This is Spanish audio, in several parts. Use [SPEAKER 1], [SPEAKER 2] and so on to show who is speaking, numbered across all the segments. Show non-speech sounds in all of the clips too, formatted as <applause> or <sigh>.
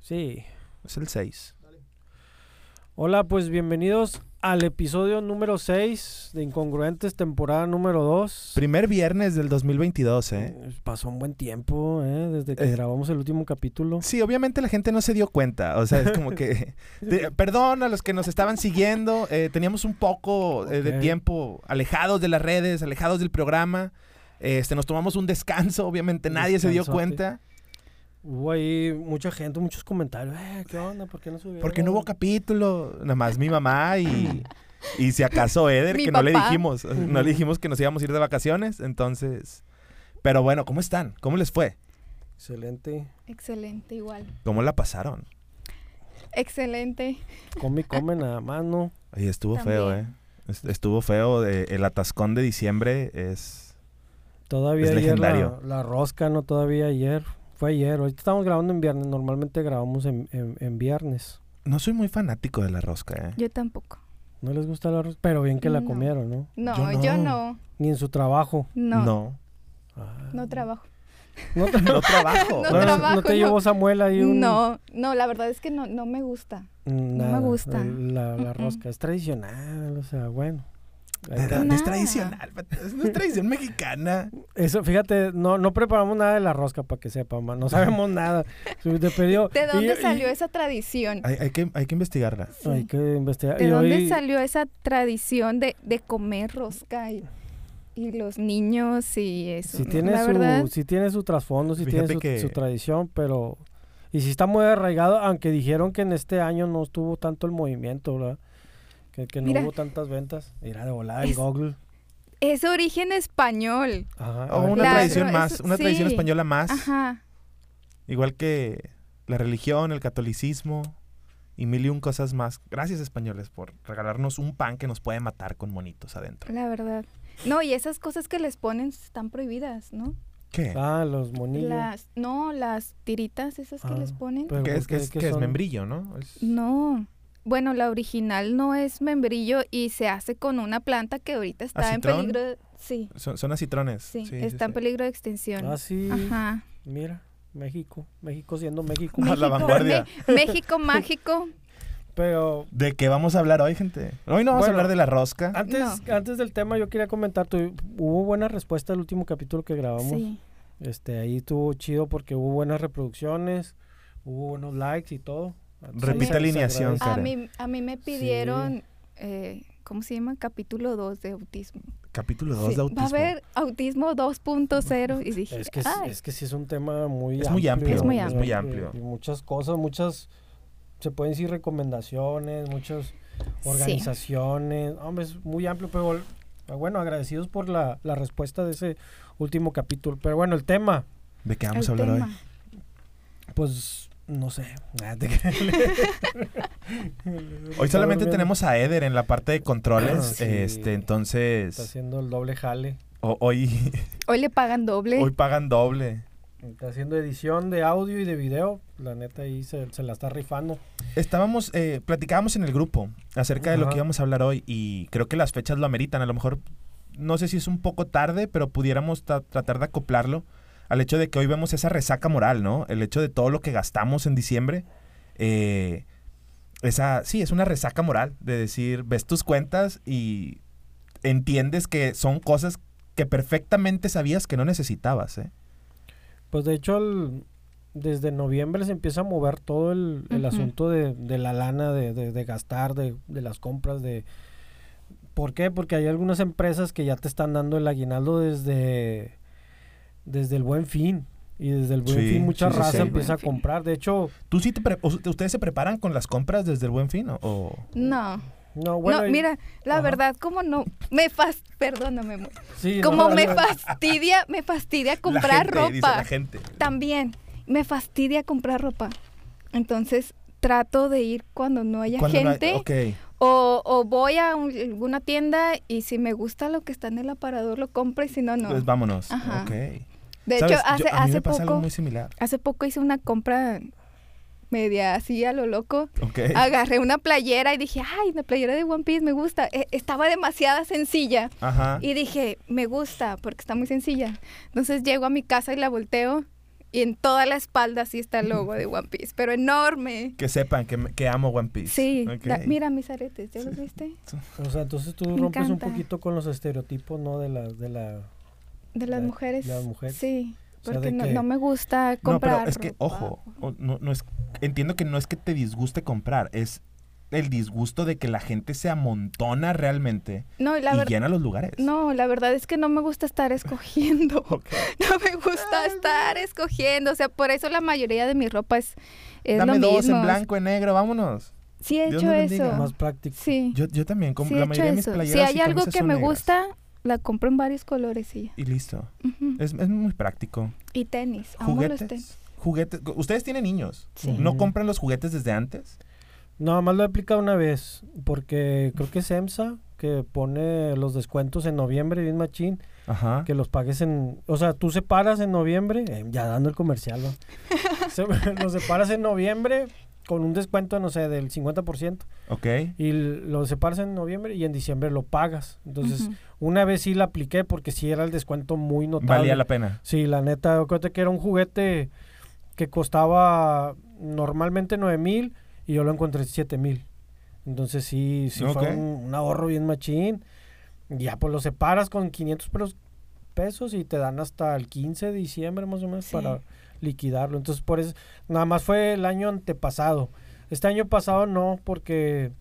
[SPEAKER 1] Sí.
[SPEAKER 2] Es el 6.
[SPEAKER 1] Hola, pues bienvenidos al episodio número 6 de Incongruentes, temporada número 2.
[SPEAKER 2] Primer viernes del 2022, ¿eh?
[SPEAKER 1] Pasó un buen tiempo, ¿eh? Desde que
[SPEAKER 2] Eh.
[SPEAKER 1] grabamos el último capítulo.
[SPEAKER 2] Sí, obviamente la gente no se dio cuenta. O sea, es como <laughs> que. de- perdón a los que nos estaban siguiendo. eh, teníamos un poco eh, de
[SPEAKER 1] Ok.
[SPEAKER 2] tiempo alejados de las redes, alejados del programa. Este, nos tomamos un descanso, obviamente
[SPEAKER 1] Un
[SPEAKER 2] nadie se dio
[SPEAKER 1] descansote.
[SPEAKER 2] cuenta.
[SPEAKER 1] Hubo ahí mucha gente, muchos comentarios. Eh, ¿Qué onda? ¿Por qué no subieron?
[SPEAKER 2] Porque no hubo capítulo. Nada más mi mamá <laughs> y. Y si acaso Eder,
[SPEAKER 3] Mi
[SPEAKER 2] que no le
[SPEAKER 3] papá.
[SPEAKER 2] dijimos. No le dijimos que nos íbamos a ir de vacaciones. Entonces. Pero bueno, ¿cómo están? ¿Cómo les fue?
[SPEAKER 1] Excelente.
[SPEAKER 3] Excelente, igual.
[SPEAKER 2] ¿Cómo la pasaron?
[SPEAKER 3] Excelente.
[SPEAKER 1] Come, y come nada más, ¿no?
[SPEAKER 2] Oye, estuvo feo, ¿eh?
[SPEAKER 3] También.
[SPEAKER 2] Est- Estuvo feo. de- el atascón de diciembre es...
[SPEAKER 1] Todavía
[SPEAKER 2] Es
[SPEAKER 1] ayer la,
[SPEAKER 2] legendario.
[SPEAKER 1] la rosca, ¿no? Todavía ayer. Fue ayer. Ahorita estamos grabando en viernes. Normalmente grabamos en, en- en viernes.
[SPEAKER 2] No soy muy fanático de la rosca, ¿eh?
[SPEAKER 3] Yo tampoco.
[SPEAKER 1] No les gusta la rosca, pero bien que la
[SPEAKER 3] No.
[SPEAKER 1] comieron, ¿no?
[SPEAKER 3] No,
[SPEAKER 2] Yo
[SPEAKER 3] yo
[SPEAKER 2] no.
[SPEAKER 3] no. no.
[SPEAKER 1] Ni en su trabajo.
[SPEAKER 3] No,
[SPEAKER 2] No.
[SPEAKER 1] Ah.
[SPEAKER 3] trabajo.
[SPEAKER 1] No te-
[SPEAKER 2] No trabajo.
[SPEAKER 3] <laughs>
[SPEAKER 1] no,
[SPEAKER 3] No
[SPEAKER 1] no
[SPEAKER 3] trabajo,
[SPEAKER 1] te
[SPEAKER 3] no.
[SPEAKER 1] llevó Samuel ahí un...
[SPEAKER 3] No, no, la verdad es que no, no me gusta.
[SPEAKER 2] Mm,
[SPEAKER 1] Nada,
[SPEAKER 3] gusta.
[SPEAKER 1] el- La, la
[SPEAKER 3] Mm-mm.
[SPEAKER 1] rosca es tradicional, o sea, bueno. Ahí
[SPEAKER 2] No,
[SPEAKER 1] está.
[SPEAKER 2] no es
[SPEAKER 3] Nada.
[SPEAKER 2] tradicional. Es una tradición mexicana.
[SPEAKER 1] Eso, fíjate, no, no preparamos nada de la rosca para que sepa, ma, no sabemos
[SPEAKER 2] <laughs>
[SPEAKER 1] nada. Se te pidió-
[SPEAKER 3] ¿De dónde
[SPEAKER 1] y-
[SPEAKER 3] salió
[SPEAKER 1] y-
[SPEAKER 3] esa tradición?
[SPEAKER 2] Hay, hay que, hay que investigarla.
[SPEAKER 3] Sí.
[SPEAKER 1] Hay que investigar.
[SPEAKER 3] ¿De
[SPEAKER 1] y
[SPEAKER 3] dónde
[SPEAKER 1] hoy-
[SPEAKER 3] salió esa tradición de, de comer rosca y, y los niños y eso?
[SPEAKER 1] Sí
[SPEAKER 3] ¿no?
[SPEAKER 1] tiene,
[SPEAKER 3] la verdad,
[SPEAKER 1] su, sí tiene su trasfondo, sí tiene
[SPEAKER 2] Fíjate
[SPEAKER 1] su,
[SPEAKER 2] que-
[SPEAKER 1] su tradición, pero... Y sí está muy arraigado, aunque dijeron que en este año no estuvo tanto el movimiento, ¿verdad? Que, que no
[SPEAKER 3] Mira.
[SPEAKER 1] hubo tantas ventas. Era de volada el
[SPEAKER 3] Es-
[SPEAKER 1] Google.
[SPEAKER 3] es origen español.
[SPEAKER 1] Ajá, a
[SPEAKER 2] Ah, O
[SPEAKER 1] ver,
[SPEAKER 2] Oh, una
[SPEAKER 3] Claro,
[SPEAKER 2] tradición
[SPEAKER 3] eso-
[SPEAKER 2] más, una tradición
[SPEAKER 3] sí.
[SPEAKER 2] española
[SPEAKER 1] Ah,
[SPEAKER 2] más.
[SPEAKER 3] Ajá.
[SPEAKER 2] Igual que la religión, el catolicismo y mil y un cosas más. Gracias, españoles, por regalarnos un pan que nos puede matar con monitos adentro.
[SPEAKER 3] La verdad. No, y esas cosas que les ponen están prohibidas, ¿no?
[SPEAKER 2] ¿Qué?
[SPEAKER 1] Ah, los monillos.
[SPEAKER 3] Las, no, las tiritas esas que
[SPEAKER 1] Ah,
[SPEAKER 3] les ponen.
[SPEAKER 1] pero
[SPEAKER 2] ¿Qué
[SPEAKER 1] ¿por
[SPEAKER 2] es, qué
[SPEAKER 1] qué?
[SPEAKER 2] es,
[SPEAKER 1] ¿Qué
[SPEAKER 2] qué es
[SPEAKER 1] son?
[SPEAKER 2] membrillo, no? Es-
[SPEAKER 3] No. Bueno, la original no es membrillo y se hace con una planta que ahorita está
[SPEAKER 2] ¿Acitrón?
[SPEAKER 3] en peligro. de- Sí,
[SPEAKER 2] Son, son acitrones.
[SPEAKER 3] sí,
[SPEAKER 2] Sí, sí,
[SPEAKER 3] está en
[SPEAKER 2] sí.
[SPEAKER 3] peligro de extinción.
[SPEAKER 1] Ah, sí.
[SPEAKER 3] Ajá. Ah,
[SPEAKER 1] Mira, México. México siendo México.
[SPEAKER 2] Me- <laughs> A la vanguardia.
[SPEAKER 3] Me-
[SPEAKER 2] <laughs>
[SPEAKER 3] México mágico.
[SPEAKER 1] Pero
[SPEAKER 2] ¿De qué vamos a hablar hoy, gente? Hoy no
[SPEAKER 1] Bueno.
[SPEAKER 2] vamos a hablar de la rosca.
[SPEAKER 1] antes, antes del tema yo quería comentar, tu- hubo buena respuesta al último capítulo que grabamos.
[SPEAKER 3] Sí.
[SPEAKER 1] Este, ahí estuvo chido porque hubo buenas reproducciones, hubo buenos likes y todo. Entonces,
[SPEAKER 2] Repite
[SPEAKER 1] se- se
[SPEAKER 2] alineación,
[SPEAKER 1] agradece.
[SPEAKER 3] A
[SPEAKER 2] Karen.
[SPEAKER 3] mí, a mí me pidieron, eh, ¿cómo se llama? Capítulo 2 de autismo.
[SPEAKER 2] Capítulo 2
[SPEAKER 3] Sí,
[SPEAKER 2] de autismo.
[SPEAKER 3] Va a haber autismo 2.0 y dije,
[SPEAKER 1] Es que, es,
[SPEAKER 3] "Ay".
[SPEAKER 1] es que sí es un tema muy
[SPEAKER 2] Es
[SPEAKER 1] amplio.
[SPEAKER 2] muy amplio,
[SPEAKER 3] Es muy es
[SPEAKER 2] muy amplio.
[SPEAKER 1] Y muchas cosas, muchas, se pueden decir recomendaciones, muchas organizaciones. Hombre, es muy amplio, pero eh, bueno, agradecidos por la, la respuesta de ese último capítulo. Pero bueno, el tema,
[SPEAKER 2] ¿De qué vamos
[SPEAKER 3] el
[SPEAKER 2] a hablar hoy?
[SPEAKER 3] tema.
[SPEAKER 1] pues, no sé. <laughs> Ah, te creas.
[SPEAKER 2] <laughs> Hoy
[SPEAKER 1] Está
[SPEAKER 2] solamente
[SPEAKER 1] durmiendo.
[SPEAKER 2] tenemos a Eder en la parte de controles.
[SPEAKER 1] Sí.
[SPEAKER 2] Este,
[SPEAKER 1] Está
[SPEAKER 2] entonces,
[SPEAKER 1] haciendo el doble jale.
[SPEAKER 2] ho- hoy,
[SPEAKER 3] Hoy le pagan
[SPEAKER 2] <laughs>
[SPEAKER 3] doble.
[SPEAKER 2] hoy pagan doble.
[SPEAKER 1] Está haciendo edición de audio y de video. La neta ahí se, se la está rifando.
[SPEAKER 2] Estábamos, eh, platicábamos en el grupo acerca de lo
[SPEAKER 1] Ajá.
[SPEAKER 2] que íbamos a hablar hoy y creo que las fechas lo ameritan. A lo mejor, no sé si es un poco tarde, pero pudiéramos tra- tratar de acoplarlo al hecho de que hoy vemos esa resaca moral, ¿no? El hecho de todo lo que gastamos en diciembre. eh, esa, sí, es una resaca moral de decir, ves tus cuentas y entiendes que son cosas que perfectamente sabías que no necesitabas, ¿eh?
[SPEAKER 1] Pues de hecho, el- desde noviembre se empieza a mover todo el, el
[SPEAKER 3] Ujú.
[SPEAKER 1] asunto de, de la lana, de, de- de gastar, de, de las compras, de... ¿Por qué? Porque hay algunas empresas que ya te están dando el aguinaldo desde, desde el buen fin. Y desde el buen
[SPEAKER 2] Sí,
[SPEAKER 1] fin mucha
[SPEAKER 2] sí, sí,
[SPEAKER 1] raza
[SPEAKER 2] sí, el
[SPEAKER 1] empieza a
[SPEAKER 3] Buen Fin.
[SPEAKER 1] comprar. De hecho,
[SPEAKER 2] ¿Tú sí te pre- o- ¿Ustedes se preparan con las compras desde el buen fin o- o...?
[SPEAKER 3] No.
[SPEAKER 1] no, bueno...
[SPEAKER 3] no,
[SPEAKER 1] y-
[SPEAKER 3] mira, la
[SPEAKER 1] Ajá.
[SPEAKER 3] verdad, como no, me fas, perdóname, amor.
[SPEAKER 1] sí,
[SPEAKER 3] como
[SPEAKER 1] no,
[SPEAKER 3] me
[SPEAKER 1] no,
[SPEAKER 3] fastidia, me fastidia comprar
[SPEAKER 2] La gente, dice
[SPEAKER 3] ropa.
[SPEAKER 2] la gente.
[SPEAKER 3] También, me fastidia comprar ropa. Entonces, trato de ir cuando no haya
[SPEAKER 2] Cuando no hay-
[SPEAKER 3] gente
[SPEAKER 2] ok.
[SPEAKER 3] o, o voy a un- alguna tienda y si me gusta lo que está en el aparador lo compro y si no, no.
[SPEAKER 2] Pues vámonos.
[SPEAKER 3] Ajá.
[SPEAKER 2] Ok.
[SPEAKER 3] De hecho,
[SPEAKER 2] ¿Sabes? Yo-
[SPEAKER 3] hace,
[SPEAKER 2] a mí me
[SPEAKER 3] hace
[SPEAKER 2] pasa algo
[SPEAKER 3] poco,
[SPEAKER 2] muy similar.
[SPEAKER 3] hace poco hice una compra media así a
[SPEAKER 2] <laughs>
[SPEAKER 3] lo loco.
[SPEAKER 2] Ok.
[SPEAKER 3] <laughs> Agarré una playera y dije, ay, la playera de One Piece me gusta. Eh, estaba demasiada sencilla.
[SPEAKER 2] Ajá.
[SPEAKER 3] Y dije, me gusta porque está muy sencilla. Entonces llego a mi casa y la volteo Y en toda la espalda sí está el logo de One Piece, pero enorme.
[SPEAKER 2] Que sepan que, que amo One Piece.
[SPEAKER 3] Sí,
[SPEAKER 2] Ok.
[SPEAKER 3] la- mira mis aretes, ¿ya los
[SPEAKER 2] Sí.
[SPEAKER 3] viste?
[SPEAKER 1] O sea, entonces tú
[SPEAKER 3] Me
[SPEAKER 1] rompes
[SPEAKER 3] encanta.
[SPEAKER 1] un poquito con los estereotipos, ¿no? De la, de la...
[SPEAKER 3] De
[SPEAKER 1] La-
[SPEAKER 3] las mujeres.
[SPEAKER 1] las mujeres.
[SPEAKER 3] Sí,
[SPEAKER 1] sea, de
[SPEAKER 3] porque no,
[SPEAKER 1] que-
[SPEAKER 3] no me gusta
[SPEAKER 2] No,
[SPEAKER 3] comprar.
[SPEAKER 2] pero es que,
[SPEAKER 3] ropa.
[SPEAKER 2] ojo, o- no, no es, entiendo que no es que te disguste comprar, es el disgusto de que la gente se amontona realmente
[SPEAKER 3] No, y la
[SPEAKER 2] y
[SPEAKER 3] verdad.
[SPEAKER 2] llena los lugares.
[SPEAKER 3] No, la verdad es que no me gusta
[SPEAKER 2] <laughs>
[SPEAKER 3] estar escogiendo.
[SPEAKER 2] Ok.
[SPEAKER 3] <laughs> No me gusta estar escogiendo. O sea, por eso la mayoría de mi ropa es, es
[SPEAKER 2] Dame
[SPEAKER 3] lo mismo.
[SPEAKER 2] dos en blanco, en negro, vámonos.
[SPEAKER 3] Sí he
[SPEAKER 2] Dios
[SPEAKER 3] hecho
[SPEAKER 2] nos bendiga.
[SPEAKER 3] eso.
[SPEAKER 1] Más práctica.
[SPEAKER 3] Sí.
[SPEAKER 2] Yo, yo también, como
[SPEAKER 3] sí he
[SPEAKER 2] la
[SPEAKER 3] hecho
[SPEAKER 2] mayoría de mis
[SPEAKER 3] eso.
[SPEAKER 2] playeras
[SPEAKER 3] Si
[SPEAKER 2] y
[SPEAKER 3] hay algo
[SPEAKER 2] camisas
[SPEAKER 3] que
[SPEAKER 2] son
[SPEAKER 3] me
[SPEAKER 2] negras.
[SPEAKER 3] gusta, la compro en varios colores y ya.
[SPEAKER 2] Y listo.
[SPEAKER 3] Ujú.
[SPEAKER 2] Es, es muy práctico.
[SPEAKER 3] Y tenis. Amo los tenis.
[SPEAKER 2] Eh, Juguetes. Juguetes. Ustedes tienen niños.
[SPEAKER 3] Sí.
[SPEAKER 2] ¿No
[SPEAKER 1] Ujú.
[SPEAKER 2] compran los juguetes desde antes?
[SPEAKER 1] Nada más lo he aplicado una vez, porque creo que es EMSA que pone los descuentos en noviembre, bien machín,
[SPEAKER 2] Ajá.
[SPEAKER 1] que los pagues en... O sea, tú separas en noviembre, eh, ya dando el
[SPEAKER 2] <laughs>
[SPEAKER 1] comercial, ¿va? Se- <laughs> los separas en noviembre con un descuento, no sé, del 50%,
[SPEAKER 2] Ok.
[SPEAKER 1] y l- lo separas en noviembre y en diciembre lo pagas. Entonces,
[SPEAKER 3] Ujú.
[SPEAKER 1] una vez sí la apliqué porque sí era el descuento muy notable.
[SPEAKER 2] Valía la pena.
[SPEAKER 1] Sí, la neta, acuérdate que era un juguete que costaba normalmente 9 mil y yo lo encontré en 7 mil. Entonces sí, sí
[SPEAKER 2] Ok.
[SPEAKER 1] fue un, un ahorro bien machín. Y Ya pues lo separas con 500 pelos- pesos y te dan hasta el 15 de diciembre más o menos
[SPEAKER 3] Sí.
[SPEAKER 1] para liquidarlo. Entonces por eso, nada más fue el año antepasado. Este año pasado no, porque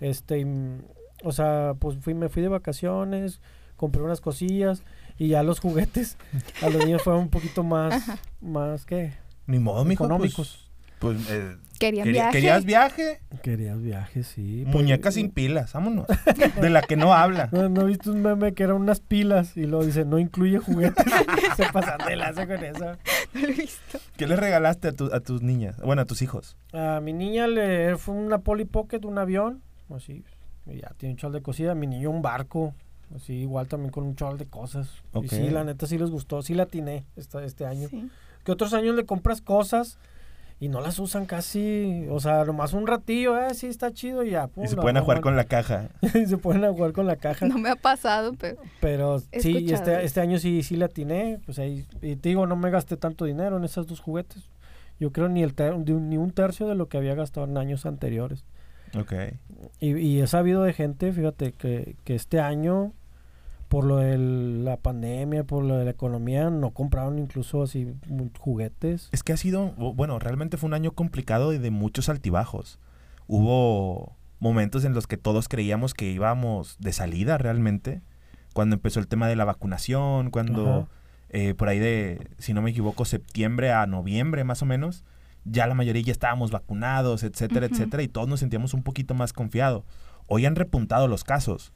[SPEAKER 1] este, mm, o sea, pues fui, me fui de vacaciones, compré unas cosillas y ya los juguetes a los niños fueron un poquito más, más que
[SPEAKER 2] Ni modo, mijo.
[SPEAKER 1] Económicos.
[SPEAKER 2] Pues, pues, eh,
[SPEAKER 3] Querían
[SPEAKER 2] quería-
[SPEAKER 3] viaje.
[SPEAKER 2] querías viaje,
[SPEAKER 1] querías viajes, sí. porque-
[SPEAKER 2] muñeca sin pilas, vámonos. <laughs> De la que no
[SPEAKER 1] <laughs>
[SPEAKER 2] habla.
[SPEAKER 1] ¿No, no viste un meme que eran unas pilas y lo dice, no incluye juguetes? <laughs> Se pasan de lanza con eso.
[SPEAKER 3] <laughs> No lo he
[SPEAKER 2] <laughs>
[SPEAKER 3] visto.
[SPEAKER 2] ¿Qué le regalaste a, tu- a tus niñas? Bueno, a tus hijos.
[SPEAKER 1] A mi niña le fue una Polly Pocket, un avión, así, y ya tiene un chal de cosida. A mi niño un barco, así, igual también con un chal de cosas.
[SPEAKER 2] Ok.
[SPEAKER 1] Y sí, la neta sí les gustó, sí la atiné esta, este año.
[SPEAKER 3] Sí.
[SPEAKER 1] que otros años le compras cosas y no las usan casi, o sea, nomás un ratillo, eh, sí, está chido y ya. pum,
[SPEAKER 2] Y se
[SPEAKER 1] la
[SPEAKER 2] pueden a jugar
[SPEAKER 1] arman.
[SPEAKER 2] con la caja.
[SPEAKER 1] <laughs> y se ponen a jugar con la caja,
[SPEAKER 3] No me ha pasado, pero
[SPEAKER 1] pero
[SPEAKER 3] He
[SPEAKER 1] sí, y
[SPEAKER 3] escuchado
[SPEAKER 1] este,
[SPEAKER 3] eso.
[SPEAKER 1] este año sí, sí la atiné, pues ahí, y te digo, no me gasté tanto dinero en esos dos juguetes. Yo creo ni, el ter- de un- ni un tercio de lo que había gastado en años anteriores.
[SPEAKER 2] Ok.
[SPEAKER 1] Y, y he sabido de gente, fíjate, que, que este año, por lo de la pandemia, por lo de la economía, no compraron incluso así mm, juguetes.
[SPEAKER 2] Es que ha sido, bu- bueno, realmente fue un año complicado y de muchos altibajos. Hubo momentos en los que todos creíamos que íbamos de salida realmente. Cuando empezó el tema de la vacunación, cuando
[SPEAKER 1] Ajá.
[SPEAKER 2] eh, por ahí de, si no me equivoco, septiembre a noviembre más o menos, ya la mayoría ya estábamos vacunados, etcétera,
[SPEAKER 3] Ujú.
[SPEAKER 2] etcétera, y todos nos sentíamos un poquito más confiados. Hoy han repuntado los casos,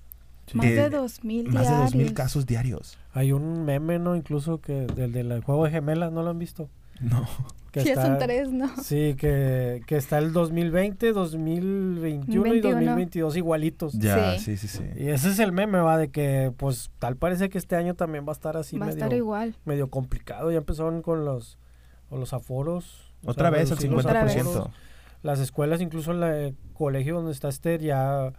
[SPEAKER 3] más
[SPEAKER 2] De-
[SPEAKER 3] de dos mil
[SPEAKER 2] más de
[SPEAKER 3] diarios.
[SPEAKER 2] 2.000 casos diarios.
[SPEAKER 1] Hay un meme, ¿no? Incluso que del del juego de gemelas, ¿no lo han visto?
[SPEAKER 2] No.
[SPEAKER 1] Que
[SPEAKER 3] Ya son tres, ¿no?
[SPEAKER 1] Sí, que, que está el 2020, 2021 y
[SPEAKER 3] 21.
[SPEAKER 1] 2022 igualitos.
[SPEAKER 2] Ya,
[SPEAKER 3] Sí.
[SPEAKER 2] sí, sí, sí.
[SPEAKER 1] Y ese es el meme, va, de que pues tal parece que este año también va a estar así
[SPEAKER 3] va a
[SPEAKER 1] medio,
[SPEAKER 3] estar igual.
[SPEAKER 1] medio complicado. Ya empezaron con los, con los aforos. o
[SPEAKER 2] Otra
[SPEAKER 1] sea,
[SPEAKER 2] vez el
[SPEAKER 1] reducir los
[SPEAKER 3] Otra vez.
[SPEAKER 2] 50%.
[SPEAKER 1] Las escuelas, incluso en la- el colegio donde está Esther, ya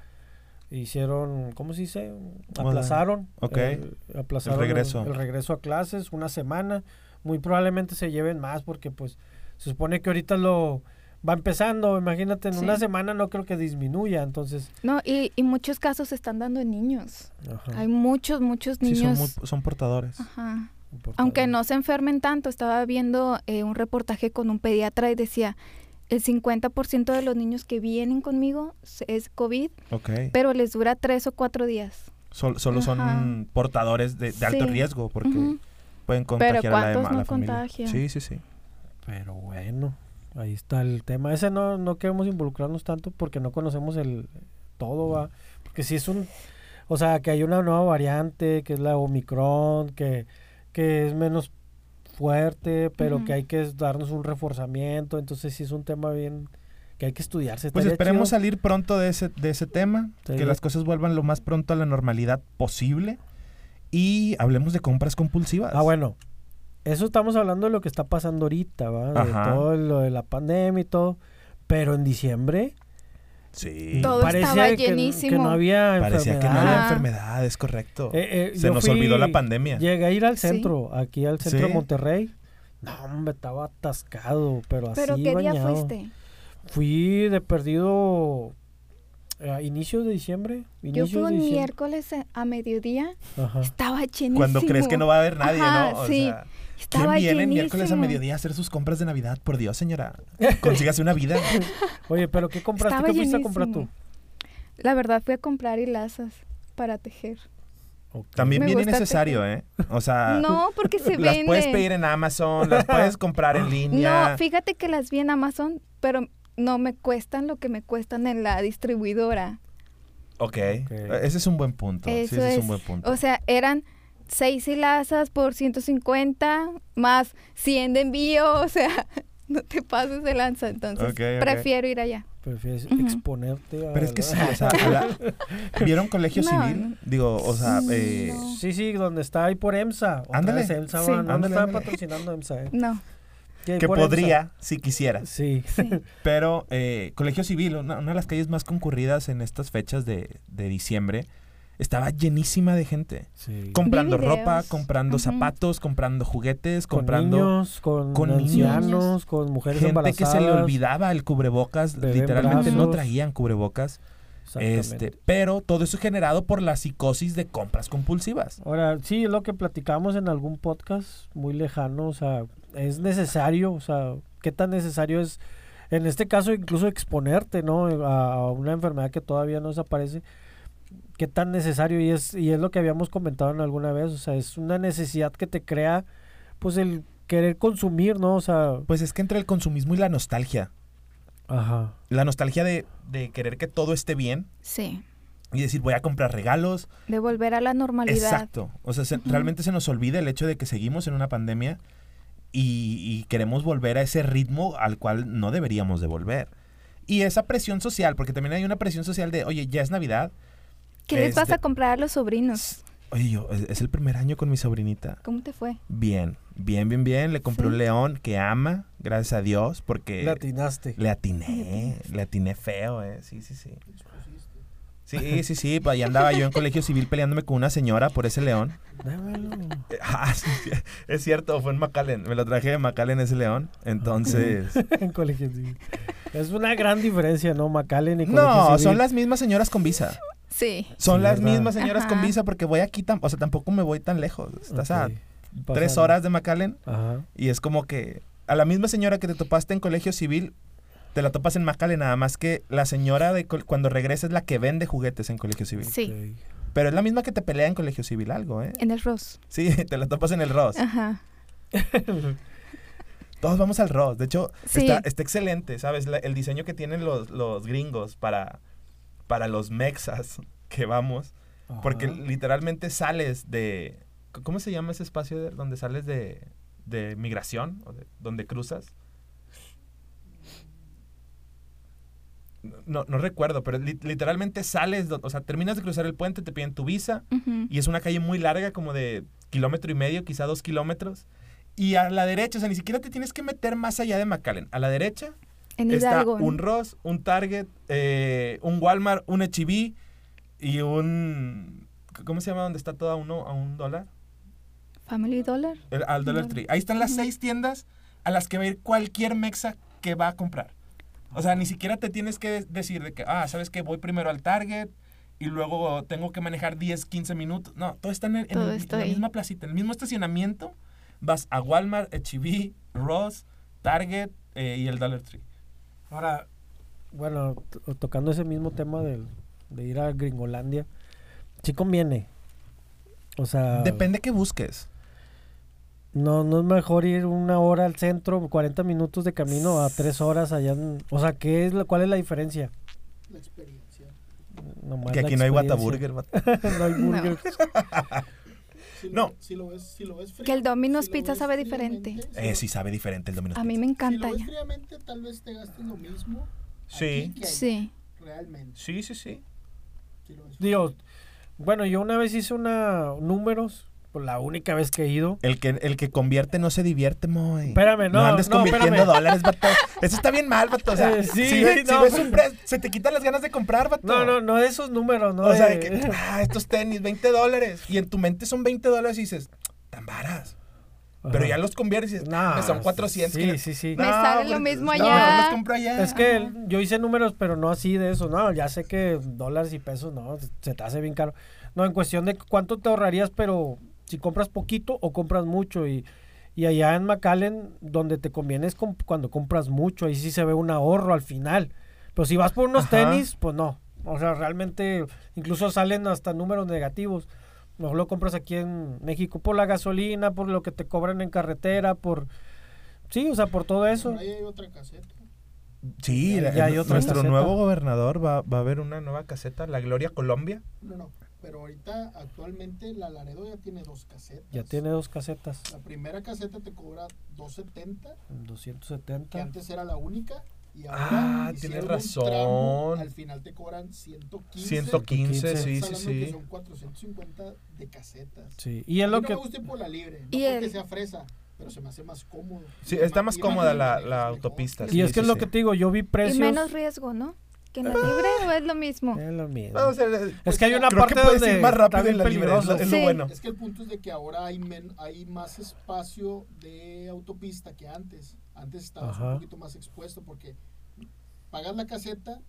[SPEAKER 1] hicieron, ¿cómo se dice? Aplazaron.
[SPEAKER 2] Ok.
[SPEAKER 1] el- aplazaron
[SPEAKER 2] El regreso.
[SPEAKER 1] El, el regreso a clases, una semana. Muy probablemente se lleven más porque pues se supone que ahorita lo va empezando. Imagínate, en
[SPEAKER 3] Sí.
[SPEAKER 1] una semana no creo que disminuya. Entonces,
[SPEAKER 3] No, y, y muchos casos se están dando en niños.
[SPEAKER 1] ajá,
[SPEAKER 3] Hay muchos, muchos
[SPEAKER 2] Ah. Sí, son,
[SPEAKER 3] niños.
[SPEAKER 2] muy- Ah. son portadores.
[SPEAKER 3] Ajá.
[SPEAKER 1] importante.
[SPEAKER 3] Aunque no se enfermen tanto, estaba viendo eh, un reportaje con un pediatra y decía, el 50% de los niños que vienen conmigo se- es COVID,
[SPEAKER 2] Ok.
[SPEAKER 3] pero les dura tres o cuatro días.
[SPEAKER 2] Sol- solo
[SPEAKER 3] Ajá.
[SPEAKER 2] son portadores de, de alto
[SPEAKER 3] Sí.
[SPEAKER 2] riesgo porque
[SPEAKER 3] Ujú.
[SPEAKER 2] pueden contagiar a la,
[SPEAKER 3] ¿cuántos
[SPEAKER 2] dem- a la
[SPEAKER 3] no
[SPEAKER 2] familia.
[SPEAKER 3] contagian?
[SPEAKER 2] Sí, sí, sí.
[SPEAKER 1] Pero bueno, ahí está el tema. Ese no, no queremos involucrarnos tanto porque no conocemos el todo, va. Porque si es un... O sea, que hay una nueva variante, que es la Omicron, que, que es menos fuerte, pero
[SPEAKER 3] Ujú.
[SPEAKER 1] que hay que darnos un reforzamiento. Entonces sí es un tema bien... que hay que estudiarse.
[SPEAKER 2] Pues
[SPEAKER 1] Estaría
[SPEAKER 2] esperemos
[SPEAKER 1] chido.
[SPEAKER 2] salir pronto de ese, de ese tema, que
[SPEAKER 1] Estaría-
[SPEAKER 2] las cosas vuelvan lo más pronto a la normalidad posible y hablemos de compras compulsivas.
[SPEAKER 1] Ah, bueno. Eso estamos hablando de lo que está pasando ahorita, ¿va? De
[SPEAKER 2] Ajá.
[SPEAKER 1] todo lo de la pandemia y todo. Pero en diciembre...
[SPEAKER 2] Sí.
[SPEAKER 3] Todo
[SPEAKER 1] parecía
[SPEAKER 3] estaba
[SPEAKER 1] que- Que,
[SPEAKER 3] llenísimo.
[SPEAKER 1] no había
[SPEAKER 2] Parecía que no
[SPEAKER 1] enfermedad.
[SPEAKER 2] había
[SPEAKER 3] Ajá.
[SPEAKER 2] enfermedad, es correcto.
[SPEAKER 1] Eh, eh,
[SPEAKER 2] Se
[SPEAKER 1] yo
[SPEAKER 2] nos
[SPEAKER 1] fui-
[SPEAKER 2] olvidó la pandemia.
[SPEAKER 1] Llegué a ir al
[SPEAKER 3] Sí.
[SPEAKER 1] centro, aquí al centro
[SPEAKER 2] Sí.
[SPEAKER 1] de Monterrey, No, hombre, estaba atascado, pero,
[SPEAKER 3] ¿Pero
[SPEAKER 1] así
[SPEAKER 3] qué día
[SPEAKER 1] bañado.
[SPEAKER 3] fuiste?
[SPEAKER 1] Fui de perdido eh, a inicios de diciembre.
[SPEAKER 3] Yo
[SPEAKER 1] Inicios
[SPEAKER 3] fui
[SPEAKER 1] de
[SPEAKER 3] un
[SPEAKER 1] diciembre.
[SPEAKER 3] miércoles a- a mediodía,
[SPEAKER 1] Ajá.
[SPEAKER 3] estaba llenísimo.
[SPEAKER 2] Ah. Cuando crees que no va a haber nadie,
[SPEAKER 3] Ajá,
[SPEAKER 2] ¿no? O
[SPEAKER 3] sí.
[SPEAKER 2] sea, ¿quién
[SPEAKER 3] estaba
[SPEAKER 2] viene el miércoles a
[SPEAKER 3] llenísimo.
[SPEAKER 2] mediodía a hacer sus compras de Navidad? Por Dios, señora. Consígase una
[SPEAKER 3] <laughs>
[SPEAKER 2] vida.
[SPEAKER 1] Oye, pero ¿qué compraste?
[SPEAKER 3] Estaba
[SPEAKER 1] ¿Qué fuiste a comprar tú?
[SPEAKER 3] llenísimo. La verdad fui a comprar hilazas para tejer.
[SPEAKER 1] Ok.
[SPEAKER 2] También
[SPEAKER 3] Me
[SPEAKER 2] bien
[SPEAKER 3] gusta
[SPEAKER 2] innecesario, ¿eh? O sea,
[SPEAKER 3] no, porque se
[SPEAKER 2] <laughs> las
[SPEAKER 3] venden.
[SPEAKER 2] puedes pedir en Amazon, las puedes comprar en línea.
[SPEAKER 3] No, fíjate que las vi en Amazon, pero no me cuestan lo que me cuestan en la distribuidora.
[SPEAKER 2] ok. Ese es un buen punto. sí,
[SPEAKER 3] Eso
[SPEAKER 2] ese es.
[SPEAKER 3] es.
[SPEAKER 2] un buen punto.
[SPEAKER 3] O sea, eran seis hilazas por 150 más 100 de envío, o sea, <laughs> no te pases de lanza, entonces
[SPEAKER 2] Ok, ok.
[SPEAKER 3] prefiero ir allá.
[SPEAKER 1] Prefieres
[SPEAKER 3] Ujú.
[SPEAKER 1] exponerte a...
[SPEAKER 2] Pero es que
[SPEAKER 1] la-
[SPEAKER 2] sí, o sea, a la-
[SPEAKER 3] <laughs>
[SPEAKER 2] ¿vieron colegio
[SPEAKER 3] No,
[SPEAKER 2] civil?
[SPEAKER 3] no.
[SPEAKER 2] Digo, o sea, eh,
[SPEAKER 3] <laughs> No.
[SPEAKER 1] Sí, sí, donde está ahí por EMSA. Otra
[SPEAKER 2] Ándale.
[SPEAKER 1] vez EMSA,
[SPEAKER 3] Sí.
[SPEAKER 1] van, no
[SPEAKER 2] Ándale,
[SPEAKER 1] está
[SPEAKER 2] ándale.
[SPEAKER 1] patrocinando
[SPEAKER 2] <laughs>
[SPEAKER 1] EMSA. ¿eh?
[SPEAKER 3] No,
[SPEAKER 1] Sí, ahí
[SPEAKER 2] que
[SPEAKER 1] Eh, por EMSA.
[SPEAKER 2] podría si quisieras.
[SPEAKER 1] Sí.
[SPEAKER 3] sí.
[SPEAKER 2] Pero eh, colegio civil, una, una de las calles más concurridas en estas fechas de, de diciembre, estaba llenísima de gente.
[SPEAKER 1] sí.
[SPEAKER 2] Comprando
[SPEAKER 3] videos.
[SPEAKER 2] ropa, comprando
[SPEAKER 3] Ujú.
[SPEAKER 2] zapatos, comprando juguetes,
[SPEAKER 1] Con
[SPEAKER 2] comprando...
[SPEAKER 1] niños, con,
[SPEAKER 2] con
[SPEAKER 1] ancianos,
[SPEAKER 3] niños.
[SPEAKER 1] con mujeres
[SPEAKER 2] gente que
[SPEAKER 1] embarazadas.
[SPEAKER 2] se le olvidaba el cubrebocas,
[SPEAKER 1] bebé en
[SPEAKER 2] literalmente no
[SPEAKER 1] brazos.
[SPEAKER 2] traían cubrebocas,
[SPEAKER 1] Exactamente.
[SPEAKER 2] este, pero todo eso es generado por la psicosis de compras compulsivas.
[SPEAKER 1] Ahora, sí, lo que platicamos en algún podcast muy lejano, o sea, es necesario, o sea, qué tan necesario es, en este caso, incluso exponerte, ¿no? A, a una enfermedad que todavía no desaparece, qué tan necesario, y es, y es lo que habíamos comentado en alguna vez, o sea, es una necesidad que te crea, pues, el querer consumir, ¿no? O sea,
[SPEAKER 2] Pues es que entre el consumismo y la nostalgia,
[SPEAKER 1] ajá.
[SPEAKER 2] la nostalgia de, de querer que todo esté bien
[SPEAKER 3] Sí,
[SPEAKER 2] y decir voy a comprar regalos.
[SPEAKER 3] de volver a la normalidad.
[SPEAKER 2] Exacto. O sea, se- realmente se nos olvida el hecho de que seguimos en una pandemia y, y queremos volver a ese ritmo al cual no deberíamos de volver. Y esa presión social, porque también hay una presión social de, oye, ya es Navidad.
[SPEAKER 3] ¿Qué les vas
[SPEAKER 2] Este-
[SPEAKER 3] a comprar a los sobrinos?
[SPEAKER 2] Oye, yo, es es el primer año con mi sobrinita.
[SPEAKER 3] ¿Cómo te fue?
[SPEAKER 2] Bien, bien, bien, bien. Le compré
[SPEAKER 3] Sí.
[SPEAKER 2] un león que ama, gracias a Dios, porque
[SPEAKER 1] Latinaste.
[SPEAKER 2] le atiné, le atiné feo, eh. Sí, sí, sí. Sí, sí, sí. Allá andaba yo en colegio civil peleándome con una señora por ese león.
[SPEAKER 1] Dámelo.
[SPEAKER 2] Eh, ah, sí, sí, es cierto, fue en McAllen. Me lo traje de McAllen ese león. Entonces.
[SPEAKER 1] <laughs> en colegio civil. Es una gran diferencia, ¿no? Macalen y colegio
[SPEAKER 2] No,
[SPEAKER 1] civil.
[SPEAKER 2] son las mismas señoras con visa.
[SPEAKER 3] Sí.
[SPEAKER 2] Son
[SPEAKER 1] Sí,
[SPEAKER 2] las
[SPEAKER 1] ¿verdad?
[SPEAKER 2] mismas señoras con
[SPEAKER 3] Ajá.
[SPEAKER 2] visa porque voy aquí, tam- o sea, tampoco me voy tan lejos.
[SPEAKER 1] Ok,
[SPEAKER 2] Estás a tres
[SPEAKER 1] pasando.
[SPEAKER 2] horas de McAllen.
[SPEAKER 1] Ajá.
[SPEAKER 2] Y es como que a la misma señora que te topaste en colegio civil, te la topas en Macale, nada más que la señora de col- cuando regresa es la que vende juguetes en colegio civil.
[SPEAKER 3] Sí,
[SPEAKER 1] Ok.
[SPEAKER 2] Pero es la misma que te pelea en colegio civil algo, ¿eh?
[SPEAKER 3] en Ah. el Ross.
[SPEAKER 2] Sí, <laughs> te la topas en el Ross.
[SPEAKER 3] Ajá.
[SPEAKER 2] Todos vamos al Ross. De hecho,
[SPEAKER 3] Sí.
[SPEAKER 2] está, está excelente, ¿sabes? La- el diseño que tienen los, los gringos para, para los mexas que vamos. Porque
[SPEAKER 1] Ajá.
[SPEAKER 2] literalmente sales de... ¿Cómo se llama ese espacio de- donde sales de, de migración? O de- ¿Donde cruzas? No, no recuerdo, pero li- literalmente sales, do- o sea, terminas de cruzar el puente, te piden tu visa
[SPEAKER 3] Ujú.
[SPEAKER 2] y es una calle muy larga, como de kilómetro y medio, quizá dos kilómetros. Y a la derecha, o sea, ni siquiera te tienes que meter más allá de McAllen. A la derecha
[SPEAKER 3] En
[SPEAKER 2] está
[SPEAKER 3] Hidalgo. ¿no?
[SPEAKER 2] un Ross, un Target, eh, un Walmart, un H-E-B y un... ¿Cómo se llama? donde está todo a, uno, a un dólar?
[SPEAKER 3] Family Dollar.
[SPEAKER 2] El- al Dollar
[SPEAKER 3] Dollar.
[SPEAKER 2] Tree. Ahí están las seis tiendas a las que va a ir cualquier mexa que va a comprar. O sea, ni siquiera te tienes que de- decir de que, ah, ¿sabes qué? Voy primero al Target y luego tengo que manejar 10, 15 minutos. No, todo está en, el- en
[SPEAKER 3] Todo
[SPEAKER 2] el-
[SPEAKER 3] está
[SPEAKER 2] en la
[SPEAKER 3] ahí.
[SPEAKER 2] misma placita, en el mismo estacionamiento. Vas a Walmart, H-E-B, Ross, Target eh, y el Dollar Tree.
[SPEAKER 1] Ahora, bueno, to- tocando ese mismo tema del- de ir a Gringolandia, sí conviene. O sea,
[SPEAKER 2] Depende que busques.
[SPEAKER 1] no, no es mejor ir una hora al centro, 40 minutos de camino a tres horas allá. en- o sea, ¿qué es la, ¿cuál es la diferencia? La experiencia.
[SPEAKER 2] que aquí no hay Whataburger. vato.
[SPEAKER 1] <laughs> no hay burger.
[SPEAKER 2] No,
[SPEAKER 4] Si lo ves, si lo ves frío,
[SPEAKER 3] Que el Domino's
[SPEAKER 4] si lo
[SPEAKER 3] Pizza
[SPEAKER 4] ves
[SPEAKER 3] sabe diferente.
[SPEAKER 4] fríamente,
[SPEAKER 2] eh,
[SPEAKER 4] si
[SPEAKER 2] sí sabe diferente el Domino's
[SPEAKER 3] A mí
[SPEAKER 2] Pizza.
[SPEAKER 3] me
[SPEAKER 4] lo- Si
[SPEAKER 3] encanta
[SPEAKER 4] lo ves
[SPEAKER 3] ya.
[SPEAKER 4] fríamente, tal vez te gastes lo mismo.
[SPEAKER 2] Sí.
[SPEAKER 4] aquí que allá,
[SPEAKER 3] Sí.
[SPEAKER 4] Realmente.
[SPEAKER 2] Sí, sí, sí.
[SPEAKER 4] si lo ves
[SPEAKER 1] Digo,
[SPEAKER 4] frío.
[SPEAKER 1] bueno, yo una vez hice una números, pues, la única vez que he ido.
[SPEAKER 2] El que, el que convierte no se divierte, muy.
[SPEAKER 1] Espérame, no,
[SPEAKER 2] andes
[SPEAKER 1] no,
[SPEAKER 2] convirtiendo
[SPEAKER 1] espérame.
[SPEAKER 2] dólares, vato. Eso está bien mal, vato. O sea,
[SPEAKER 1] Eh, sí,
[SPEAKER 2] si, ve- si
[SPEAKER 1] no,
[SPEAKER 2] ves
[SPEAKER 1] pero-
[SPEAKER 2] un pre- se te quitan las ganas de comprar, vato.
[SPEAKER 1] No, no, no de esos números, no eh.
[SPEAKER 2] o sea,
[SPEAKER 1] de-
[SPEAKER 2] de
[SPEAKER 1] <laughs>
[SPEAKER 2] que, ah, estos tenis, 20 dólares. Y en tu mente son 20 dólares y dices, tan varas. Pero
[SPEAKER 1] Ajá.
[SPEAKER 2] ya los conviertes y dices,
[SPEAKER 1] Nah,
[SPEAKER 2] "Me son 400.
[SPEAKER 1] Sí,
[SPEAKER 2] que-
[SPEAKER 1] sí, sí.
[SPEAKER 3] Me sale lo
[SPEAKER 2] porque-
[SPEAKER 3] mismo
[SPEAKER 2] no,
[SPEAKER 3] allá.
[SPEAKER 2] los compro allá.
[SPEAKER 1] Es que el- yo hice números, pero no así de eso, no, ya sé que dólares y pesos, no, se te hace bien caro. No, en cuestión de cuánto te ahorrarías, pero si compras poquito o compras mucho. Y, y allá en McAllen, donde te conviene es com- cuando compras mucho, ahí sí se ve un ahorro al final. Pero si vas por unos
[SPEAKER 2] Ajá.
[SPEAKER 1] tenis, pues no. O sea, realmente incluso salen hasta números negativos. Mejor lo compras aquí en México por la gasolina, por lo que te cobran en carretera, por... Sí, o sea, por todo eso.
[SPEAKER 4] Por ahí hay otra caseta.
[SPEAKER 2] Sí,
[SPEAKER 1] Ya-
[SPEAKER 2] la-
[SPEAKER 1] ya hay otra
[SPEAKER 2] nuestro
[SPEAKER 1] caseta.
[SPEAKER 2] nuevo gobernador va, va a haber una nueva caseta, la Gloria Colombia.
[SPEAKER 4] No, no. Pero ahorita, actualmente, la Laredo ya tiene dos casetas.
[SPEAKER 1] Ya tiene dos casetas.
[SPEAKER 4] La primera caseta te cobra 270, que
[SPEAKER 1] 270.
[SPEAKER 4] antes era la única. Y ahora
[SPEAKER 2] Ah,
[SPEAKER 4] hicieron
[SPEAKER 2] tienes
[SPEAKER 4] un tramo,
[SPEAKER 2] razón.
[SPEAKER 4] al final te cobran 115.
[SPEAKER 2] 115, sí, sí,
[SPEAKER 4] Estás hablando que
[SPEAKER 2] sí.
[SPEAKER 4] son 450 de casetas.
[SPEAKER 1] Sí, y es
[SPEAKER 4] A mí
[SPEAKER 1] lo
[SPEAKER 4] no
[SPEAKER 1] que
[SPEAKER 4] me gusta ir por la libre, no
[SPEAKER 3] Y
[SPEAKER 4] porque
[SPEAKER 3] el-
[SPEAKER 4] sea fresa, pero se me hace más cómodo.
[SPEAKER 2] Sí,
[SPEAKER 4] Y es
[SPEAKER 2] está
[SPEAKER 4] ma-
[SPEAKER 2] más
[SPEAKER 4] y
[SPEAKER 2] cómoda la-
[SPEAKER 4] manejas
[SPEAKER 2] la
[SPEAKER 4] mejor.
[SPEAKER 2] autopista,
[SPEAKER 1] y es
[SPEAKER 2] Sí,
[SPEAKER 1] que es
[SPEAKER 2] sí,
[SPEAKER 1] lo
[SPEAKER 2] sí.
[SPEAKER 1] que te digo, yo vi
[SPEAKER 3] Y
[SPEAKER 1] precios
[SPEAKER 3] menos riesgo, ¿no? Que en
[SPEAKER 2] Ah.
[SPEAKER 3] la libre o es lo mismo.
[SPEAKER 1] Es lo mismo.
[SPEAKER 2] Vamos a hacer- eh,
[SPEAKER 1] es
[SPEAKER 4] pues
[SPEAKER 1] que hay una
[SPEAKER 2] creo que
[SPEAKER 1] parte
[SPEAKER 2] puedes
[SPEAKER 1] donde
[SPEAKER 2] ir más rápido
[SPEAKER 1] está bien
[SPEAKER 2] en la libre, es
[SPEAKER 1] peligroso.
[SPEAKER 2] lo, es lo
[SPEAKER 3] Sí.
[SPEAKER 2] bueno.
[SPEAKER 4] Es que el punto es de que ahora hay, men- hay más espacio de autopista que antes. Antes estabas
[SPEAKER 1] Ajá.
[SPEAKER 4] un poquito más expuesto porque pagas la caseta,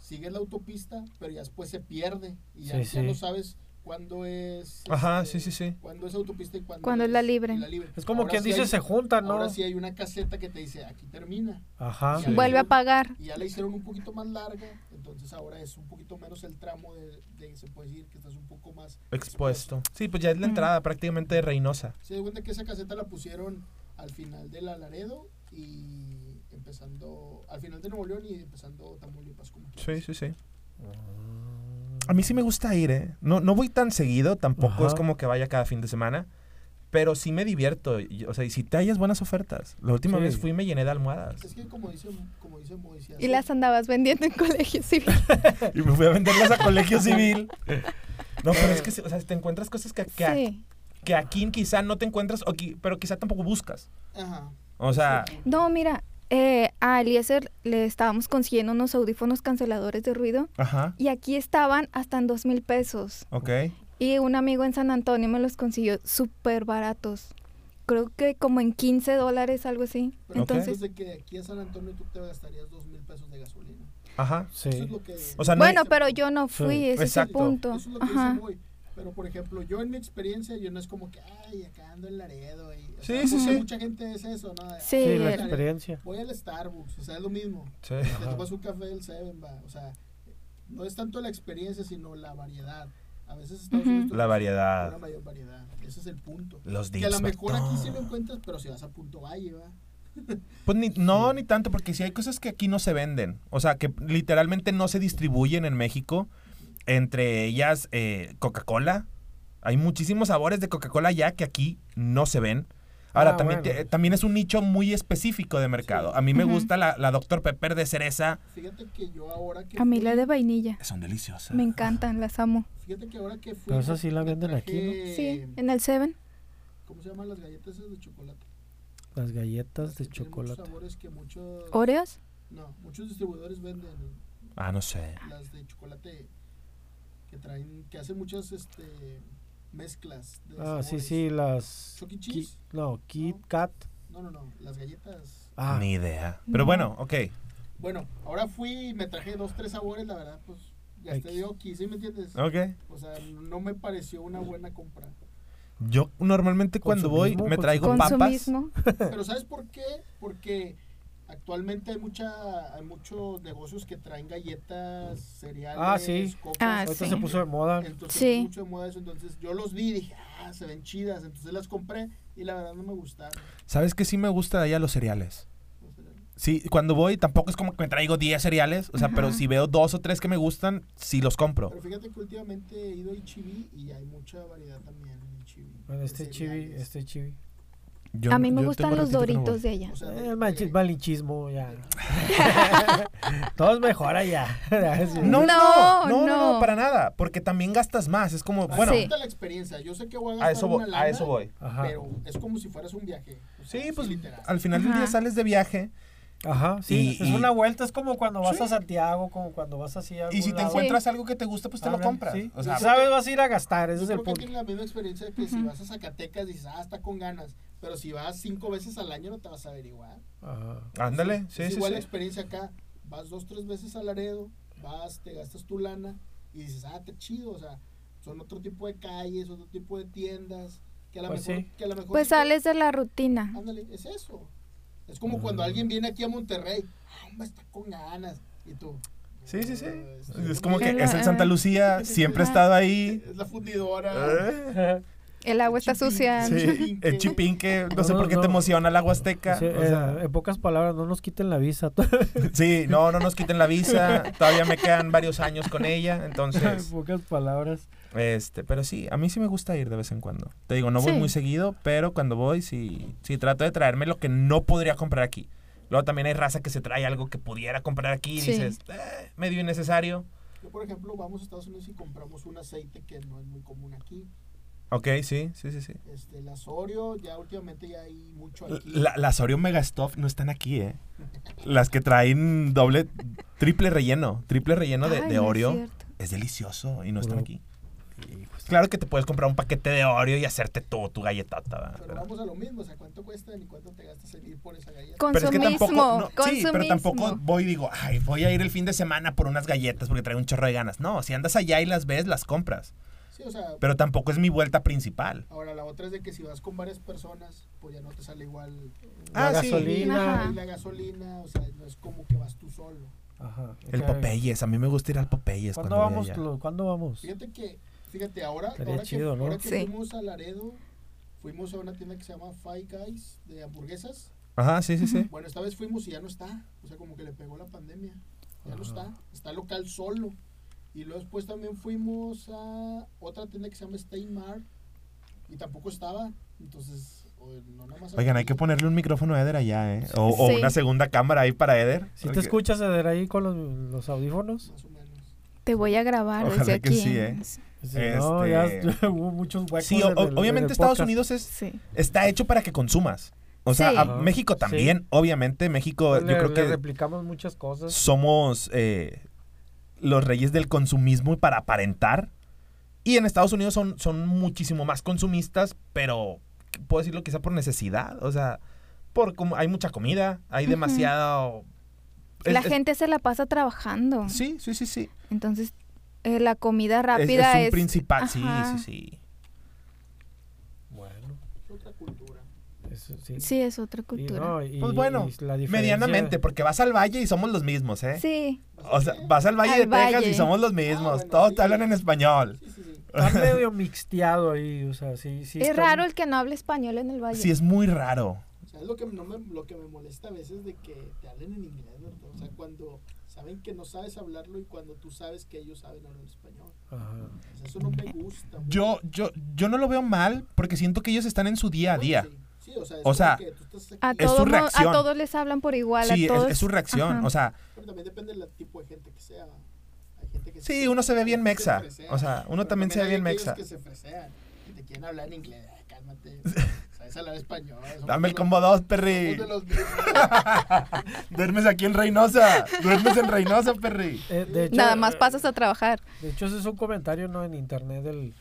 [SPEAKER 4] sigues la autopista, pero ya después se pierde y ya,
[SPEAKER 1] Sí,
[SPEAKER 4] ya
[SPEAKER 1] sí.
[SPEAKER 4] no sabes cuándo es.
[SPEAKER 2] Ajá,
[SPEAKER 4] este,
[SPEAKER 2] sí, sí, sí.
[SPEAKER 4] Cuándo es autopista y cuándo,
[SPEAKER 3] Cuándo es la libre.
[SPEAKER 4] y
[SPEAKER 1] Es como
[SPEAKER 4] Ahora
[SPEAKER 1] quien
[SPEAKER 4] sí
[SPEAKER 1] dice,
[SPEAKER 4] hay-
[SPEAKER 1] se juntan, ¿no?
[SPEAKER 4] Ahora sí hay una caseta que te dice aquí termina.
[SPEAKER 1] Ajá.
[SPEAKER 2] Sí.
[SPEAKER 3] Vuelve a pagar.
[SPEAKER 4] y ya la hicieron un poquito más larga, entonces ahora es un poquito menos el tramo de, de- se puede decir que estás un poco más
[SPEAKER 2] Expuesto. Sí, pues ya es la
[SPEAKER 3] Mm.
[SPEAKER 2] entrada prácticamente de Reynosa.
[SPEAKER 4] Se da cuenta que esa caseta la pusieron al final de la Laredo y empezando al final de Nuevo León y empezando Tamaulipas como
[SPEAKER 2] Sí, sí, sí. A mí sí me gusta ir, ¿eh? No, no voy tan seguido, tampoco
[SPEAKER 1] Ajá.
[SPEAKER 2] es como que vaya cada fin de semana, pero sí me divierto. y- o sea, y si te hallas buenas ofertas. La última
[SPEAKER 1] Sí.
[SPEAKER 2] vez fui y me llené de almohadas.
[SPEAKER 4] Es que como dice como dice Moisés,
[SPEAKER 3] Y las andabas vendiendo en <laughs> colegio civil.
[SPEAKER 2] y me fui a venderlas a colegio civil. No, pero es que, sí, o sea, te encuentras cosas que, que,
[SPEAKER 3] Sí.
[SPEAKER 2] que aquí quizá no te encuentras, o qui- pero quizá tampoco buscas.
[SPEAKER 4] ajá.
[SPEAKER 2] O sea,
[SPEAKER 3] No, mira, eh, a Eliezer le estábamos consiguiendo unos audífonos canceladores de ruido.
[SPEAKER 2] ajá,
[SPEAKER 3] Y aquí estaban hasta en dos mil pesos.
[SPEAKER 2] ok.
[SPEAKER 3] Y un amigo en San Antonio me los consiguió súper baratos. Creo que como en 15 dólares, algo así.
[SPEAKER 4] Pero
[SPEAKER 2] Ok.
[SPEAKER 3] Entonces,
[SPEAKER 4] entonces de que de aquí a San Antonio tú te gastarías dos mil pesos de gasolina.
[SPEAKER 2] Ajá.
[SPEAKER 4] Eso es
[SPEAKER 1] Sí.
[SPEAKER 4] lo que
[SPEAKER 2] O sea, no
[SPEAKER 3] bueno,
[SPEAKER 4] hay-
[SPEAKER 3] pero yo no fui,
[SPEAKER 1] Sí,
[SPEAKER 3] ese
[SPEAKER 2] exacto.
[SPEAKER 3] es el punto.
[SPEAKER 4] Eso es lo que dice
[SPEAKER 3] Ajá.
[SPEAKER 4] Moy. Pero por ejemplo, yo en mi experiencia, yo no es como que, ay, acá ando en Laredo. Y, o
[SPEAKER 2] Sí,
[SPEAKER 4] sea,
[SPEAKER 2] sí,
[SPEAKER 4] porque
[SPEAKER 2] sí.
[SPEAKER 4] Mucha gente es eso, ¿no? De,
[SPEAKER 3] Sí,
[SPEAKER 1] Sí, la
[SPEAKER 3] el-
[SPEAKER 1] experiencia.
[SPEAKER 4] Voy al Starbucks, o sea, es lo mismo.
[SPEAKER 2] Sí.
[SPEAKER 4] Te tomas un café del Seven, va. O sea, no es tanto la experiencia, sino la variedad. A veces Estados
[SPEAKER 3] Ujú.
[SPEAKER 4] Unidos
[SPEAKER 2] La
[SPEAKER 4] tiene una
[SPEAKER 2] variedad.
[SPEAKER 4] mayor variedad. Ese es el punto.
[SPEAKER 2] Los
[SPEAKER 4] Que a lo
[SPEAKER 2] dips,
[SPEAKER 4] mejor
[SPEAKER 2] vato.
[SPEAKER 4] aquí sí lo encuentras, pero si vas a Punto Valle, va.
[SPEAKER 2] Pues ni, no, ni tanto, porque si hay cosas que aquí no se venden. O sea, que literalmente no se distribuyen en México. Entre ellas, eh, Coca-Cola. Hay muchísimos sabores de Coca-Cola ya que aquí no se ven. Ahora,
[SPEAKER 1] Ah,
[SPEAKER 2] también,
[SPEAKER 1] bueno.
[SPEAKER 2] te- también es un nicho muy específico de mercado.
[SPEAKER 4] Sí.
[SPEAKER 2] A mí me
[SPEAKER 3] Ujú.
[SPEAKER 2] gusta la, la Dr. Pepper de cereza.
[SPEAKER 4] Fíjate que yo ahora que.
[SPEAKER 3] A mí
[SPEAKER 4] fui-
[SPEAKER 3] la de vainilla.
[SPEAKER 2] Son deliciosas.
[SPEAKER 3] Me encantan, las amo.
[SPEAKER 4] Fíjate que ahora que fui.
[SPEAKER 1] Pero esa sí la
[SPEAKER 4] me
[SPEAKER 1] venden aquí, ¿no?
[SPEAKER 4] traje-
[SPEAKER 3] Sí, en el Seven.
[SPEAKER 4] ¿Cómo se llaman las galletas esas de chocolate?
[SPEAKER 1] Las
[SPEAKER 4] Las
[SPEAKER 1] galletas
[SPEAKER 4] que
[SPEAKER 1] de
[SPEAKER 4] tienen
[SPEAKER 1] chocolate.
[SPEAKER 4] Muchos sabores que muchos.
[SPEAKER 3] ¿Oreos?
[SPEAKER 4] No, muchos distribuidores venden
[SPEAKER 2] Ah, no sé.
[SPEAKER 4] las de chocolate que traen. que hacen muchas este, mezclas. De
[SPEAKER 1] Ah, sí,
[SPEAKER 4] sabores.
[SPEAKER 1] sí, las...
[SPEAKER 4] Chuck E.
[SPEAKER 1] Ki-
[SPEAKER 4] Cheese.
[SPEAKER 1] No, Kit Kat.
[SPEAKER 4] No, no, no, las galletas.
[SPEAKER 1] Ah,
[SPEAKER 2] Ni idea. Pero bueno, ok.
[SPEAKER 4] Bueno, ahora fui y me traje dos, tres sabores, la verdad, pues gasté
[SPEAKER 1] X.
[SPEAKER 4] yo aquí, ¿sí me entiendes?
[SPEAKER 2] Ok.
[SPEAKER 4] O sea, no me pareció una buena compra.
[SPEAKER 2] Yo normalmente cuando voy
[SPEAKER 1] Consumismo,
[SPEAKER 2] me traigo papas.
[SPEAKER 3] Consumismo.
[SPEAKER 4] Pero ¿sabes por qué? Porque actualmente hay mucha hay muchos negocios que traen galletas, cereales,
[SPEAKER 1] Ah, sí.
[SPEAKER 4] cocas.
[SPEAKER 3] Ah,
[SPEAKER 1] ahorita
[SPEAKER 3] sí.
[SPEAKER 1] se puso de moda.
[SPEAKER 4] Entonces,
[SPEAKER 3] Sí.
[SPEAKER 4] mucho de moda eso. Entonces, yo los vi y dije, ah, se ven chidas. Entonces las compré y la verdad no me gustaron.
[SPEAKER 2] ¿Sabes qué sí me gusta de allá los cereales?
[SPEAKER 4] O sea,
[SPEAKER 2] Sí, cuando voy tampoco es como que me traigo 10 cereales, o sea, pero si veo dos o tres que me gustan, sí los compro.
[SPEAKER 4] Pero fíjate que últimamente he ido a HB y hay mucha variedad también en HB.
[SPEAKER 1] Bueno, este
[SPEAKER 4] de
[SPEAKER 1] chibi,
[SPEAKER 4] cereales.
[SPEAKER 1] este chibi. Eh,
[SPEAKER 2] Yo
[SPEAKER 3] a
[SPEAKER 2] no-
[SPEAKER 3] mí me
[SPEAKER 2] yo
[SPEAKER 3] gustan
[SPEAKER 2] tengo
[SPEAKER 3] los
[SPEAKER 2] ratito que no voy.
[SPEAKER 3] doritos de allá.
[SPEAKER 4] O sea, de-
[SPEAKER 1] El manchi-
[SPEAKER 4] de-
[SPEAKER 1] malinchismo,
[SPEAKER 4] <laughs>
[SPEAKER 1] ya. <laughs> Todo es mejor allá. <laughs> Sí.
[SPEAKER 2] No, no, no,
[SPEAKER 3] No,
[SPEAKER 2] no, no,
[SPEAKER 3] no.
[SPEAKER 2] para nada, porque también gastas más, es como, bueno,
[SPEAKER 3] Sí.
[SPEAKER 4] Cuenta la experiencia. Yo sé que voy a gastar
[SPEAKER 2] a eso
[SPEAKER 4] una
[SPEAKER 2] voy, a
[SPEAKER 4] lana,
[SPEAKER 2] eso voy.
[SPEAKER 1] Ajá.
[SPEAKER 4] Pero es como si fueras un viaje. o sea,
[SPEAKER 2] Sí,
[SPEAKER 4] así
[SPEAKER 2] pues
[SPEAKER 4] literal.
[SPEAKER 2] al final del día
[SPEAKER 3] Ajá.
[SPEAKER 2] sales de viaje
[SPEAKER 1] Ajá, sí.
[SPEAKER 2] Y-
[SPEAKER 1] es
[SPEAKER 2] y-
[SPEAKER 1] una vuelta, es como cuando vas
[SPEAKER 2] Sí.
[SPEAKER 1] a Santiago, como cuando vas así a
[SPEAKER 2] Y
[SPEAKER 1] algún
[SPEAKER 2] si te
[SPEAKER 1] lado.
[SPEAKER 2] encuentras algo que te gusta, pues te lo
[SPEAKER 1] Ándale,
[SPEAKER 2] compras.
[SPEAKER 1] sí.
[SPEAKER 2] O sea,
[SPEAKER 1] sabes, vas a ir a gastar, ese
[SPEAKER 4] Yo
[SPEAKER 1] es el
[SPEAKER 4] creo que
[SPEAKER 1] punto.
[SPEAKER 4] tiene la misma experiencia que si vas a Zacatecas dices, ah, está con ganas. Pero si vas cinco veces al año no te vas a averiguar.
[SPEAKER 1] Ajá.
[SPEAKER 2] ándale,
[SPEAKER 4] Es
[SPEAKER 2] sí, sí,
[SPEAKER 4] igual la
[SPEAKER 2] sí.
[SPEAKER 4] experiencia acá. Vas dos, tres veces a Laredo, vas, te gastas tu lana y dices, ah, qué chido. O sea, son otro tipo de calles, otro tipo de tiendas. Que a lo
[SPEAKER 1] Pues
[SPEAKER 4] mejor.
[SPEAKER 1] sí.
[SPEAKER 4] que a lo mejor
[SPEAKER 3] Pues
[SPEAKER 4] no-
[SPEAKER 3] sales de la rutina.
[SPEAKER 4] Ándale, es eso. Es como cuando alguien viene aquí a Monterrey, ah, hombre, está con ganas. Y tú.
[SPEAKER 2] Sí, sí, sí.
[SPEAKER 4] "Ah, sí,
[SPEAKER 2] Es como que
[SPEAKER 3] Ándale,
[SPEAKER 2] es en Santa
[SPEAKER 3] ah.
[SPEAKER 2] Lucía, siempre he estado
[SPEAKER 4] <laughs>
[SPEAKER 2] ahí.
[SPEAKER 4] Es la fundidora.
[SPEAKER 2] Eh, <laughs>
[SPEAKER 3] El agua está
[SPEAKER 4] Chipinque.
[SPEAKER 3] sucia.
[SPEAKER 2] Sí, el chipinque, no sé
[SPEAKER 1] No,
[SPEAKER 2] por qué
[SPEAKER 1] no.
[SPEAKER 2] te emociona la Huasteca.
[SPEAKER 1] Sí,
[SPEAKER 2] o sea,
[SPEAKER 1] eh, en pocas palabras, no nos quiten la visa. <laughs>
[SPEAKER 2] sí, no, no nos quiten la visa, todavía me quedan varios años con ella,
[SPEAKER 1] en
[SPEAKER 2] entonces,
[SPEAKER 1] pocas palabras.
[SPEAKER 2] este, pero sí, a mí sí me gusta ir de vez en cuando. Te digo, no voy
[SPEAKER 3] Sí.
[SPEAKER 2] muy seguido, pero cuando voy sí, sí trato de traerme lo que no podría comprar aquí. Luego también hay raza que se trae algo que pudiera comprar aquí y
[SPEAKER 3] Sí.
[SPEAKER 2] dices, "Eh, medio innecesario.
[SPEAKER 4] Yo, por ejemplo, vamos a Estados Unidos y compramos un aceite que no es muy común aquí.
[SPEAKER 2] Ok, sí, sí, sí, sí.
[SPEAKER 4] Este, el Asorio, ya últimamente ya hay mucho aquí.
[SPEAKER 2] La- las Oreo Megastuff no están aquí, ¿eh? Las que traen doble, triple relleno, triple relleno de,
[SPEAKER 3] Ay,
[SPEAKER 2] de
[SPEAKER 3] no es
[SPEAKER 2] Oreo.
[SPEAKER 3] cierto.
[SPEAKER 2] Es delicioso y no están
[SPEAKER 1] Puro-
[SPEAKER 2] aquí. Claro que te puedes comprar un paquete de Oreo y hacerte tú tu galletota, ¿verdad?
[SPEAKER 4] Pero vamos a lo mismo, o sea, ¿cuánto cuestan y cuánto te gastas en ir por esa galleta?
[SPEAKER 3] Consumismo.
[SPEAKER 2] Pero es que tampoco, no, sí,
[SPEAKER 3] consumismo.
[SPEAKER 2] pero tampoco voy y digo, ay, voy a ir el fin de semana por unas galletas porque traigo un chorro de ganas. No, si andas allá y las ves, las compras.
[SPEAKER 4] Sí, o sea,
[SPEAKER 2] Pero tampoco es mi vuelta principal.
[SPEAKER 4] ahora la otra es de que si vas con varias personas, pues ya no te sale igual
[SPEAKER 1] La
[SPEAKER 2] Ah, sí.
[SPEAKER 1] gasolina.
[SPEAKER 3] Ajá.
[SPEAKER 4] la gasolina, o sea, no es como que vas tú solo.
[SPEAKER 1] Ajá.
[SPEAKER 2] El
[SPEAKER 1] Ok.
[SPEAKER 2] Popeyes, a mí me gusta ir al Popeyes
[SPEAKER 1] ¿Cuándo
[SPEAKER 2] cuando voy
[SPEAKER 1] vamos?
[SPEAKER 2] allá.
[SPEAKER 1] Tulu? ¿Cuándo vamos?
[SPEAKER 4] Fíjate que, fíjate, ahora,
[SPEAKER 1] Estaría
[SPEAKER 4] ahora
[SPEAKER 1] chido,
[SPEAKER 4] que,
[SPEAKER 1] ¿no?
[SPEAKER 4] ahora que
[SPEAKER 3] Sí.
[SPEAKER 4] fuimos a Laredo, fuimos a una tienda que se llama Five Guys de hamburguesas.
[SPEAKER 2] Ajá, sí, sí,
[SPEAKER 1] <laughs>
[SPEAKER 2] sí.
[SPEAKER 4] Bueno, esta vez fuimos y ya no está. O sea, como que le pegó la pandemia. Ya
[SPEAKER 1] Ajá.
[SPEAKER 4] no está. Está local solo. Y luego después también fuimos a otra tienda que se llama Steinmar. Y tampoco estaba. Entonces, o- no nada más.
[SPEAKER 2] Oigan, hay
[SPEAKER 4] aquí.
[SPEAKER 2] que ponerle un micrófono a Eder allá, ¿eh? O, o
[SPEAKER 3] Sí.
[SPEAKER 2] una segunda cámara ahí para Eder.
[SPEAKER 1] Si te
[SPEAKER 2] Porque-
[SPEAKER 1] escuchas Eder, ahí con los, los audífonos,
[SPEAKER 4] Más o menos.
[SPEAKER 3] Te voy a grabar
[SPEAKER 2] Ojalá
[SPEAKER 3] desde
[SPEAKER 2] que
[SPEAKER 3] aquí.
[SPEAKER 2] sí, ¿eh?
[SPEAKER 1] si no, ya <laughs> hubo muchos huecos.
[SPEAKER 2] Este Sí, o-
[SPEAKER 1] en el- en el
[SPEAKER 2] obviamente Estados
[SPEAKER 1] podcast.
[SPEAKER 2] Unidos es,
[SPEAKER 3] Sí.
[SPEAKER 2] está hecho para que consumas. O sea,
[SPEAKER 3] Sí.
[SPEAKER 2] a-
[SPEAKER 1] Ajá.
[SPEAKER 2] México también, obviamente. México,
[SPEAKER 1] Le-
[SPEAKER 2] yo creo
[SPEAKER 1] le
[SPEAKER 2] que
[SPEAKER 1] replicamos muchas cosas.
[SPEAKER 2] somos eh, los reyes del consumismo para aparentar. Y en Estados Unidos son, son muchísimo más consumistas, pero qu- puedo decirlo quizá por necesidad. O sea, por como hay mucha comida, hay
[SPEAKER 3] Ujú.
[SPEAKER 2] demasiado. es-
[SPEAKER 3] La
[SPEAKER 2] es-
[SPEAKER 3] gente se la pasa trabajando.
[SPEAKER 2] Sí, sí, sí, sí.
[SPEAKER 3] Entonces, eh, la comida
[SPEAKER 2] Es-
[SPEAKER 3] rápida
[SPEAKER 2] es,
[SPEAKER 3] es.
[SPEAKER 2] un principal. Sí,
[SPEAKER 3] Ajá.
[SPEAKER 2] sí, sí.
[SPEAKER 1] Bueno,
[SPEAKER 4] Es otra cultura.
[SPEAKER 1] eso sí.
[SPEAKER 3] Sí, es otra
[SPEAKER 1] Y
[SPEAKER 3] cultura.
[SPEAKER 1] no, y-
[SPEAKER 2] Pues bueno,
[SPEAKER 1] y la diferencia-
[SPEAKER 2] Medianamente, porque vas al valle y somos los mismos, ¿eh?
[SPEAKER 3] Sí,
[SPEAKER 2] O sea, vas al Valle
[SPEAKER 3] Al
[SPEAKER 2] de Texas
[SPEAKER 3] Valle.
[SPEAKER 2] y somos los mismos.
[SPEAKER 4] Ah, bueno,
[SPEAKER 2] Todos
[SPEAKER 4] sí.
[SPEAKER 2] te hablan en español.
[SPEAKER 4] Sí, sí, sí.
[SPEAKER 1] <laughs> Está medio mixteado ahí, o sea, sí, sí.
[SPEAKER 3] es
[SPEAKER 1] está-
[SPEAKER 3] raro el que no hable español en el valle.
[SPEAKER 2] Sí, es muy raro.
[SPEAKER 4] O sea, es lo que, no me, lo que me molesta a veces de que te hablen en inglés, ¿verdad? O sea, cuando saben que no sabes hablarlo y cuando tú sabes que ellos saben hablar español.
[SPEAKER 1] Ajá.
[SPEAKER 4] O sea, eso no me gusta. güey.
[SPEAKER 2] Yo, yo, yo no lo veo mal porque siento que ellos están en su día a
[SPEAKER 4] Bueno,
[SPEAKER 2] día.
[SPEAKER 4] sí. Sí, o sea, es
[SPEAKER 2] O
[SPEAKER 4] como
[SPEAKER 2] sea,
[SPEAKER 4] que tú estás aquí,
[SPEAKER 3] a,
[SPEAKER 2] es su
[SPEAKER 3] todo mo-
[SPEAKER 2] reacción.
[SPEAKER 3] a todos les hablan por igual.
[SPEAKER 2] Sí,
[SPEAKER 3] a
[SPEAKER 2] es-
[SPEAKER 3] todos...
[SPEAKER 2] es, su reacción.
[SPEAKER 3] Ajá.
[SPEAKER 2] O sea,
[SPEAKER 4] pero también depende del tipo de gente que sea. Hay gente que
[SPEAKER 2] sí, uno se ve bien mexa.
[SPEAKER 4] fresea.
[SPEAKER 2] O sea, uno
[SPEAKER 4] Pero
[SPEAKER 2] también se ve
[SPEAKER 4] hay
[SPEAKER 2] bien
[SPEAKER 4] aquellos
[SPEAKER 2] mexa.
[SPEAKER 4] que se fresean, que te quieren hablar en inglés. Ay,
[SPEAKER 2] <laughs>
[SPEAKER 4] cálmate. Sabes hablar español. somos
[SPEAKER 2] Dame el
[SPEAKER 4] de
[SPEAKER 2] combo 2,
[SPEAKER 4] los-
[SPEAKER 2] perri.
[SPEAKER 4] somos de los mismos.
[SPEAKER 2] Duermes aquí en Reynosa. Duermes en Reynosa, perri.
[SPEAKER 1] Eh, de hecho,
[SPEAKER 3] Nada más pasas a trabajar.
[SPEAKER 1] De hecho, ese es un comentario, ¿no? En internet del...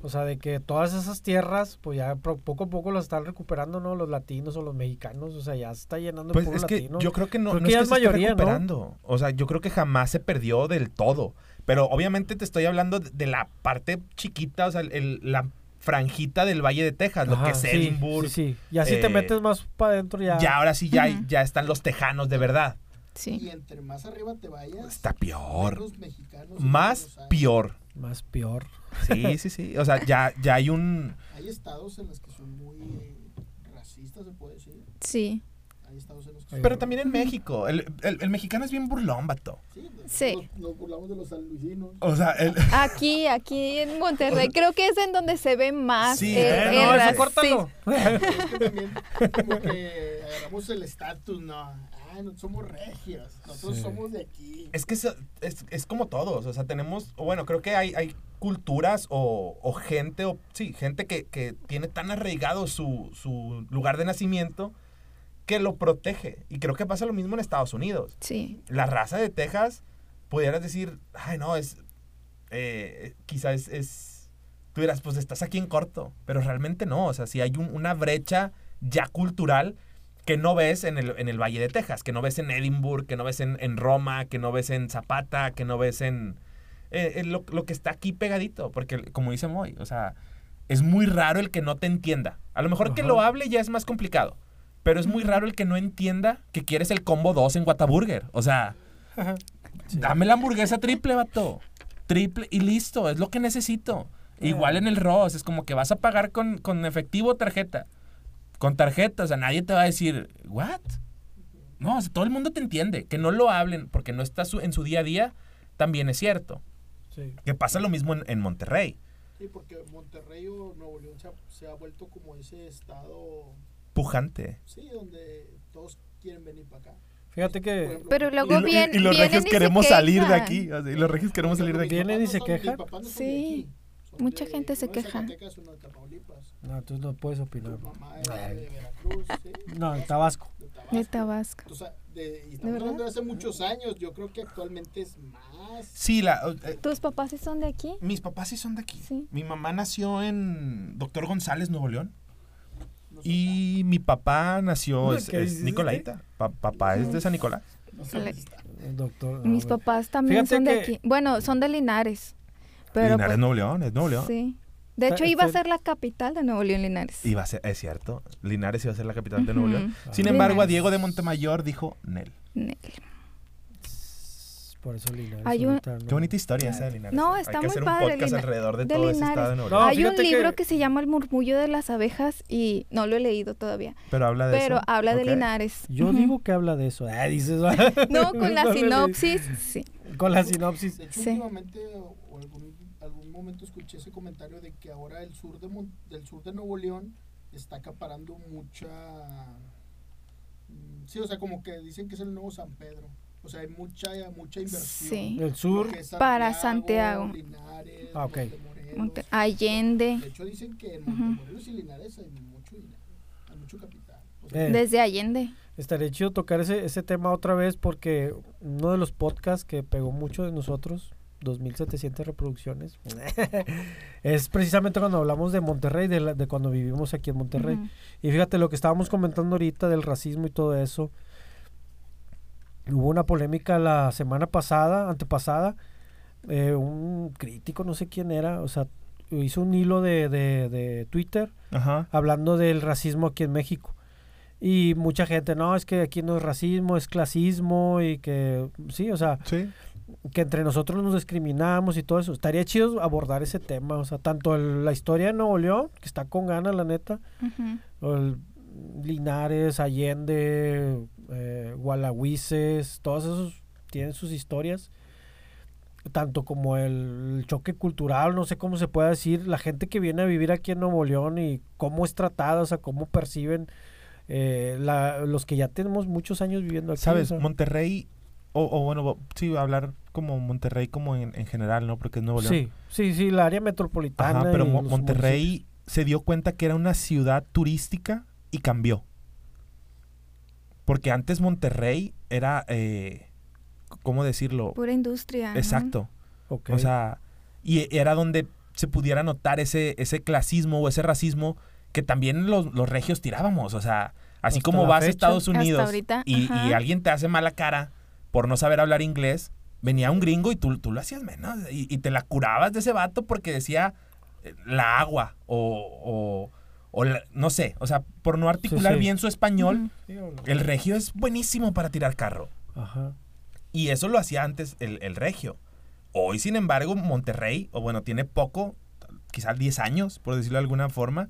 [SPEAKER 1] O sea, de que todas esas tierras, pues ya pro- poco a poco las están recuperando, ¿no? Los latinos o los mexicanos, o sea, ya se está llenando
[SPEAKER 2] Pues
[SPEAKER 1] puro
[SPEAKER 2] es que
[SPEAKER 1] latino.
[SPEAKER 2] yo creo que no,
[SPEAKER 1] Creo
[SPEAKER 2] no
[SPEAKER 1] que ya
[SPEAKER 2] es que
[SPEAKER 1] es
[SPEAKER 2] se esté
[SPEAKER 1] mayoría, ¿no?
[SPEAKER 2] recuperando. O sea, yo creo que jamás se perdió del todo. Pero obviamente te estoy hablando de- de la parte chiquita, o sea, el- la franjita del Valle de Texas, lo
[SPEAKER 1] Ajá,
[SPEAKER 2] que es
[SPEAKER 1] sí,
[SPEAKER 2] Edimburgo.
[SPEAKER 1] Sí, sí. Ya si te
[SPEAKER 2] eh,
[SPEAKER 1] metes más para adentro, ya...
[SPEAKER 2] Ya ahora sí ya, hay-
[SPEAKER 3] Ujú.
[SPEAKER 2] ya están los tejanos de verdad.
[SPEAKER 4] Y
[SPEAKER 1] eh,
[SPEAKER 3] Sí.
[SPEAKER 4] entre más arriba te vayas,
[SPEAKER 2] Está peor.
[SPEAKER 4] menos mexicanos. y menos
[SPEAKER 2] Más
[SPEAKER 4] hay.
[SPEAKER 2] peor.
[SPEAKER 1] Más peor.
[SPEAKER 2] Sí, sí, sí. O sea, ya, ya hay un...
[SPEAKER 4] Hay estados en los que son muy eh, racistas, se puede decir.
[SPEAKER 3] Sí.
[SPEAKER 4] Hay estados en los que
[SPEAKER 1] Pero
[SPEAKER 4] son.
[SPEAKER 2] Pero también en México. El, el- el mexicano es bien burlón, vato.
[SPEAKER 4] Sí, nos-
[SPEAKER 3] Sí.
[SPEAKER 4] Nos, nos burlamos de los sanluisinos.
[SPEAKER 2] O sea, el...
[SPEAKER 1] <laughs>
[SPEAKER 3] Aquí, aquí en Monterrey, creo que es en donde se ve más.
[SPEAKER 2] Sí,
[SPEAKER 3] el-
[SPEAKER 2] eh,
[SPEAKER 3] el
[SPEAKER 2] no, eso
[SPEAKER 3] racismo.
[SPEAKER 1] córtalo.
[SPEAKER 4] Es que también, como que agarramos el estatus, ¿no? Ah, no somos regios. Nosotros
[SPEAKER 1] Sí.
[SPEAKER 4] somos de aquí.
[SPEAKER 2] Es que es, es- es como todos, o sea, tenemos, o bueno, creo que hay, hay culturas o, o gente, o sí, gente que, que tiene tan arraigado su, su lugar de nacimiento que lo protege. Y creo que pasa lo mismo en Estados Unidos.
[SPEAKER 3] Sí.
[SPEAKER 2] La raza de Texas, pudieras decir, ay, no, es. eh, quizás es, es- Tú dirás, pues estás aquí en corto. Pero realmente no. O sea, si hay un- una brecha ya cultural que no ves en el, en el Valle de Texas, que no ves en Edimburgo, que no ves en, en Roma, que no ves en Zapata, que no ves en. eh, en lo, lo que está aquí pegadito. Porque, como dice Moy, o sea, es muy raro el que no te entienda. A lo mejor que
[SPEAKER 1] Ajá.
[SPEAKER 2] lo hable ya es más complicado. Pero es muy raro el que no entienda que quieres el combo 2 en Whataburger. O sea, dame la hamburguesa triple, vato. Triple y listo, es lo que necesito. Igual en el Ross, es como que vas a pagar con, con efectivo o tarjeta. Con tarjeta, o sea, nadie te va a decir, ¿what? No, o sea, todo el mundo te entiende. Que no lo hablen porque no está su- en su día a día, también es cierto.
[SPEAKER 1] Sí.
[SPEAKER 2] Que pasa lo mismo en, en Monterrey.
[SPEAKER 4] Sí, porque Monterrey o Nuevo León se ha, se ha vuelto como ese estado,
[SPEAKER 2] Pujante.
[SPEAKER 4] sí, donde todos quieren venir para acá.
[SPEAKER 1] Fíjate
[SPEAKER 4] Por
[SPEAKER 1] que
[SPEAKER 4] ejemplo,
[SPEAKER 3] Pero
[SPEAKER 4] mi-
[SPEAKER 3] luego bien- vienen y se quejan.
[SPEAKER 2] o sea, y los regios
[SPEAKER 4] por
[SPEAKER 2] queremos
[SPEAKER 4] ejemplo, mis
[SPEAKER 1] Vienen y
[SPEAKER 4] papás no
[SPEAKER 1] se
[SPEAKER 4] son-
[SPEAKER 1] quejan.
[SPEAKER 4] mis papás no son de
[SPEAKER 3] Sí,
[SPEAKER 4] aquí, son
[SPEAKER 3] mucha
[SPEAKER 4] de-
[SPEAKER 3] gente se
[SPEAKER 4] uno de
[SPEAKER 3] queja.
[SPEAKER 4] Zacatecas, uno de Tapaulipas.
[SPEAKER 1] no, tú no puedes
[SPEAKER 4] Tu
[SPEAKER 1] opinar.
[SPEAKER 4] mamá es
[SPEAKER 1] Ay.
[SPEAKER 4] de Veracruz, sí,
[SPEAKER 1] No, en Tabasco.
[SPEAKER 4] de Tabasco.
[SPEAKER 3] de Tabasco.
[SPEAKER 4] O sea, de, y estamos
[SPEAKER 3] verdad?
[SPEAKER 4] hablando de hace muchos años. Yo creo que actualmente es más.
[SPEAKER 2] Sí, la, eh,
[SPEAKER 3] ¿Tus papás sí son de aquí?
[SPEAKER 2] mis papás sí son de aquí.
[SPEAKER 3] Sí.
[SPEAKER 2] Mi mamá nació en Doctor González, Nuevo León.
[SPEAKER 4] no sé,
[SPEAKER 2] Y mi papá nació, es,
[SPEAKER 1] ¿Qué
[SPEAKER 2] es
[SPEAKER 1] dices?
[SPEAKER 2] Nicolaita. Pa- papá es de San Nicolás.
[SPEAKER 3] Híjole.
[SPEAKER 1] El doctor.
[SPEAKER 3] Mis
[SPEAKER 1] no,
[SPEAKER 3] papás también
[SPEAKER 1] Fíjate
[SPEAKER 3] son de
[SPEAKER 1] que-
[SPEAKER 3] aquí. Bueno, son de Linares. Pero
[SPEAKER 2] Linares,
[SPEAKER 3] pues,
[SPEAKER 2] Nuevo León, es Nuevo León.
[SPEAKER 3] Sí. De
[SPEAKER 1] Está-
[SPEAKER 3] hecho, iba a
[SPEAKER 1] está-
[SPEAKER 3] ser la capital de Nuevo León, Linares.
[SPEAKER 2] Iba a ser, es cierto, Linares iba a ser la capital de Nuevo
[SPEAKER 3] Ujú.
[SPEAKER 2] León.
[SPEAKER 1] Ah.
[SPEAKER 2] Sin embargo, a
[SPEAKER 3] Linares.
[SPEAKER 2] Diego de Montemayor dijo Nel.
[SPEAKER 3] Ne-
[SPEAKER 1] Por eso Linares.
[SPEAKER 3] Hay un-
[SPEAKER 1] ahorita no-
[SPEAKER 2] Qué bonita historia esa de Linares.
[SPEAKER 3] No,
[SPEAKER 2] ¿eh?
[SPEAKER 3] está
[SPEAKER 2] Hay que
[SPEAKER 3] muy
[SPEAKER 2] hacer
[SPEAKER 3] padre,
[SPEAKER 2] un podcast
[SPEAKER 3] Lina-
[SPEAKER 2] alrededor de,
[SPEAKER 3] de
[SPEAKER 2] todo ese estado de
[SPEAKER 3] Linares.
[SPEAKER 2] Nuevo
[SPEAKER 1] No,
[SPEAKER 2] León.
[SPEAKER 3] Hay un
[SPEAKER 1] fíjate
[SPEAKER 3] libro
[SPEAKER 1] que-
[SPEAKER 3] que... se llama El murmullo de las abejas y no lo he leído todavía,
[SPEAKER 2] Pero habla Ah, de
[SPEAKER 3] pero
[SPEAKER 2] eso.
[SPEAKER 3] habla
[SPEAKER 2] Ok.
[SPEAKER 3] de Linares.
[SPEAKER 1] Yo
[SPEAKER 3] Ujú.
[SPEAKER 1] digo que habla de eso. Ah, dices. <laughs>
[SPEAKER 2] <laughs>
[SPEAKER 3] No, con la
[SPEAKER 1] No, really.
[SPEAKER 3] sinopsis, sí.
[SPEAKER 1] Con la sinopsis.
[SPEAKER 4] De hecho,
[SPEAKER 3] Sí.
[SPEAKER 4] últimamente o o algún, algún momento escuché ese comentario de que ahora el sur de Mon- del sur de Nuevo León está acaparando mucha... mm, Sí, o sea, como que dicen que es el nuevo San Pedro. O sea, hay mucha, mucha inversión.
[SPEAKER 3] Sí.
[SPEAKER 1] El sur.
[SPEAKER 4] Lo que es
[SPEAKER 3] Para Santiago.
[SPEAKER 4] Linares,
[SPEAKER 1] Ah, ok.
[SPEAKER 4] Montemorelos.
[SPEAKER 3] Monte- Allende,
[SPEAKER 4] De hecho, dicen que en
[SPEAKER 3] Ujú.
[SPEAKER 4] Montemorelos y Linares hay mucho dinero, hay mucho capital. O sea,
[SPEAKER 1] Eh,
[SPEAKER 3] desde Allende.
[SPEAKER 1] Estaría chido tocar ese, ese tema otra vez porque uno de los podcasts que pegó mucho de nosotros, 2700 reproducciones, <laughs> es precisamente cuando hablamos de Monterrey, de, la- de cuando vivimos aquí en Monterrey.
[SPEAKER 3] Ujú.
[SPEAKER 1] Y fíjate lo que estábamos comentando ahorita del racismo y todo eso. Hubo una polémica la semana pasada, antepasada. eh, un crítico, no sé quién era, o sea, hizo un hilo de, de- de Twitter
[SPEAKER 2] Ajá.
[SPEAKER 1] hablando del racismo aquí en México. Y mucha gente, no, es que aquí no es racismo, es clasismo y que, sí, o sea,
[SPEAKER 2] Sí.
[SPEAKER 1] que entre nosotros nos discriminamos y todo eso. Estaría chido abordar ese tema, o sea, tanto el- la historia de Nuevo León, que está con ganas, la neta,
[SPEAKER 3] Ujú.
[SPEAKER 1] o el Linares, Allende, eh, Gualahuises, todos esos tienen sus historias, tanto como el choque cultural, no sé cómo se puede decir, la gente que viene a vivir aquí en Nuevo León y cómo es tratada, o sea, cómo perciben eh, la- los que ya tenemos muchos años viviendo aquí.
[SPEAKER 2] Sabes,
[SPEAKER 1] o sea.
[SPEAKER 2] Monterrey, o, o bueno, bo- sí, hablar como Monterrey como en, en general, ¿no? Porque es Nuevo León.
[SPEAKER 1] Sí, sí, sí, la área metropolitana.
[SPEAKER 2] Ajá, pero
[SPEAKER 1] y
[SPEAKER 2] Mo-
[SPEAKER 1] los
[SPEAKER 2] Monterrey se dio cuenta que era una ciudad turística y cambió. Porque antes Monterrey era, eh, ¿cómo decirlo?
[SPEAKER 3] Pura industria. Pues, ajá.
[SPEAKER 2] Exacto.
[SPEAKER 1] municipios. Ok.
[SPEAKER 2] O sea, y e- era donde se pudiera notar ese, ese clasismo o ese racismo que también los, los regios tirábamos. O sea, así
[SPEAKER 1] Hasta
[SPEAKER 2] como
[SPEAKER 1] la
[SPEAKER 2] vas a
[SPEAKER 1] fecha.
[SPEAKER 2] Estados
[SPEAKER 3] Hasta
[SPEAKER 2] Unidos
[SPEAKER 3] ahorita,
[SPEAKER 2] y, y
[SPEAKER 3] ajá.
[SPEAKER 2] alguien te hace mala cara por no saber hablar inglés, venía un gringo y tú, tú lo hacías menos. Y, y te la curabas de ese vato porque decía eh, la agua o, o- o la- no sé. O sea, por no articular
[SPEAKER 1] sí.
[SPEAKER 2] bien su español,
[SPEAKER 1] Sí, o no.
[SPEAKER 2] el regio es buenísimo para tirar carro.
[SPEAKER 1] Ajá.
[SPEAKER 2] Y eso lo hacía antes el, el regio. Hoy, sin embargo, Monterrey, o bueno, tiene poco, quizás 10 años, por decirlo de alguna forma,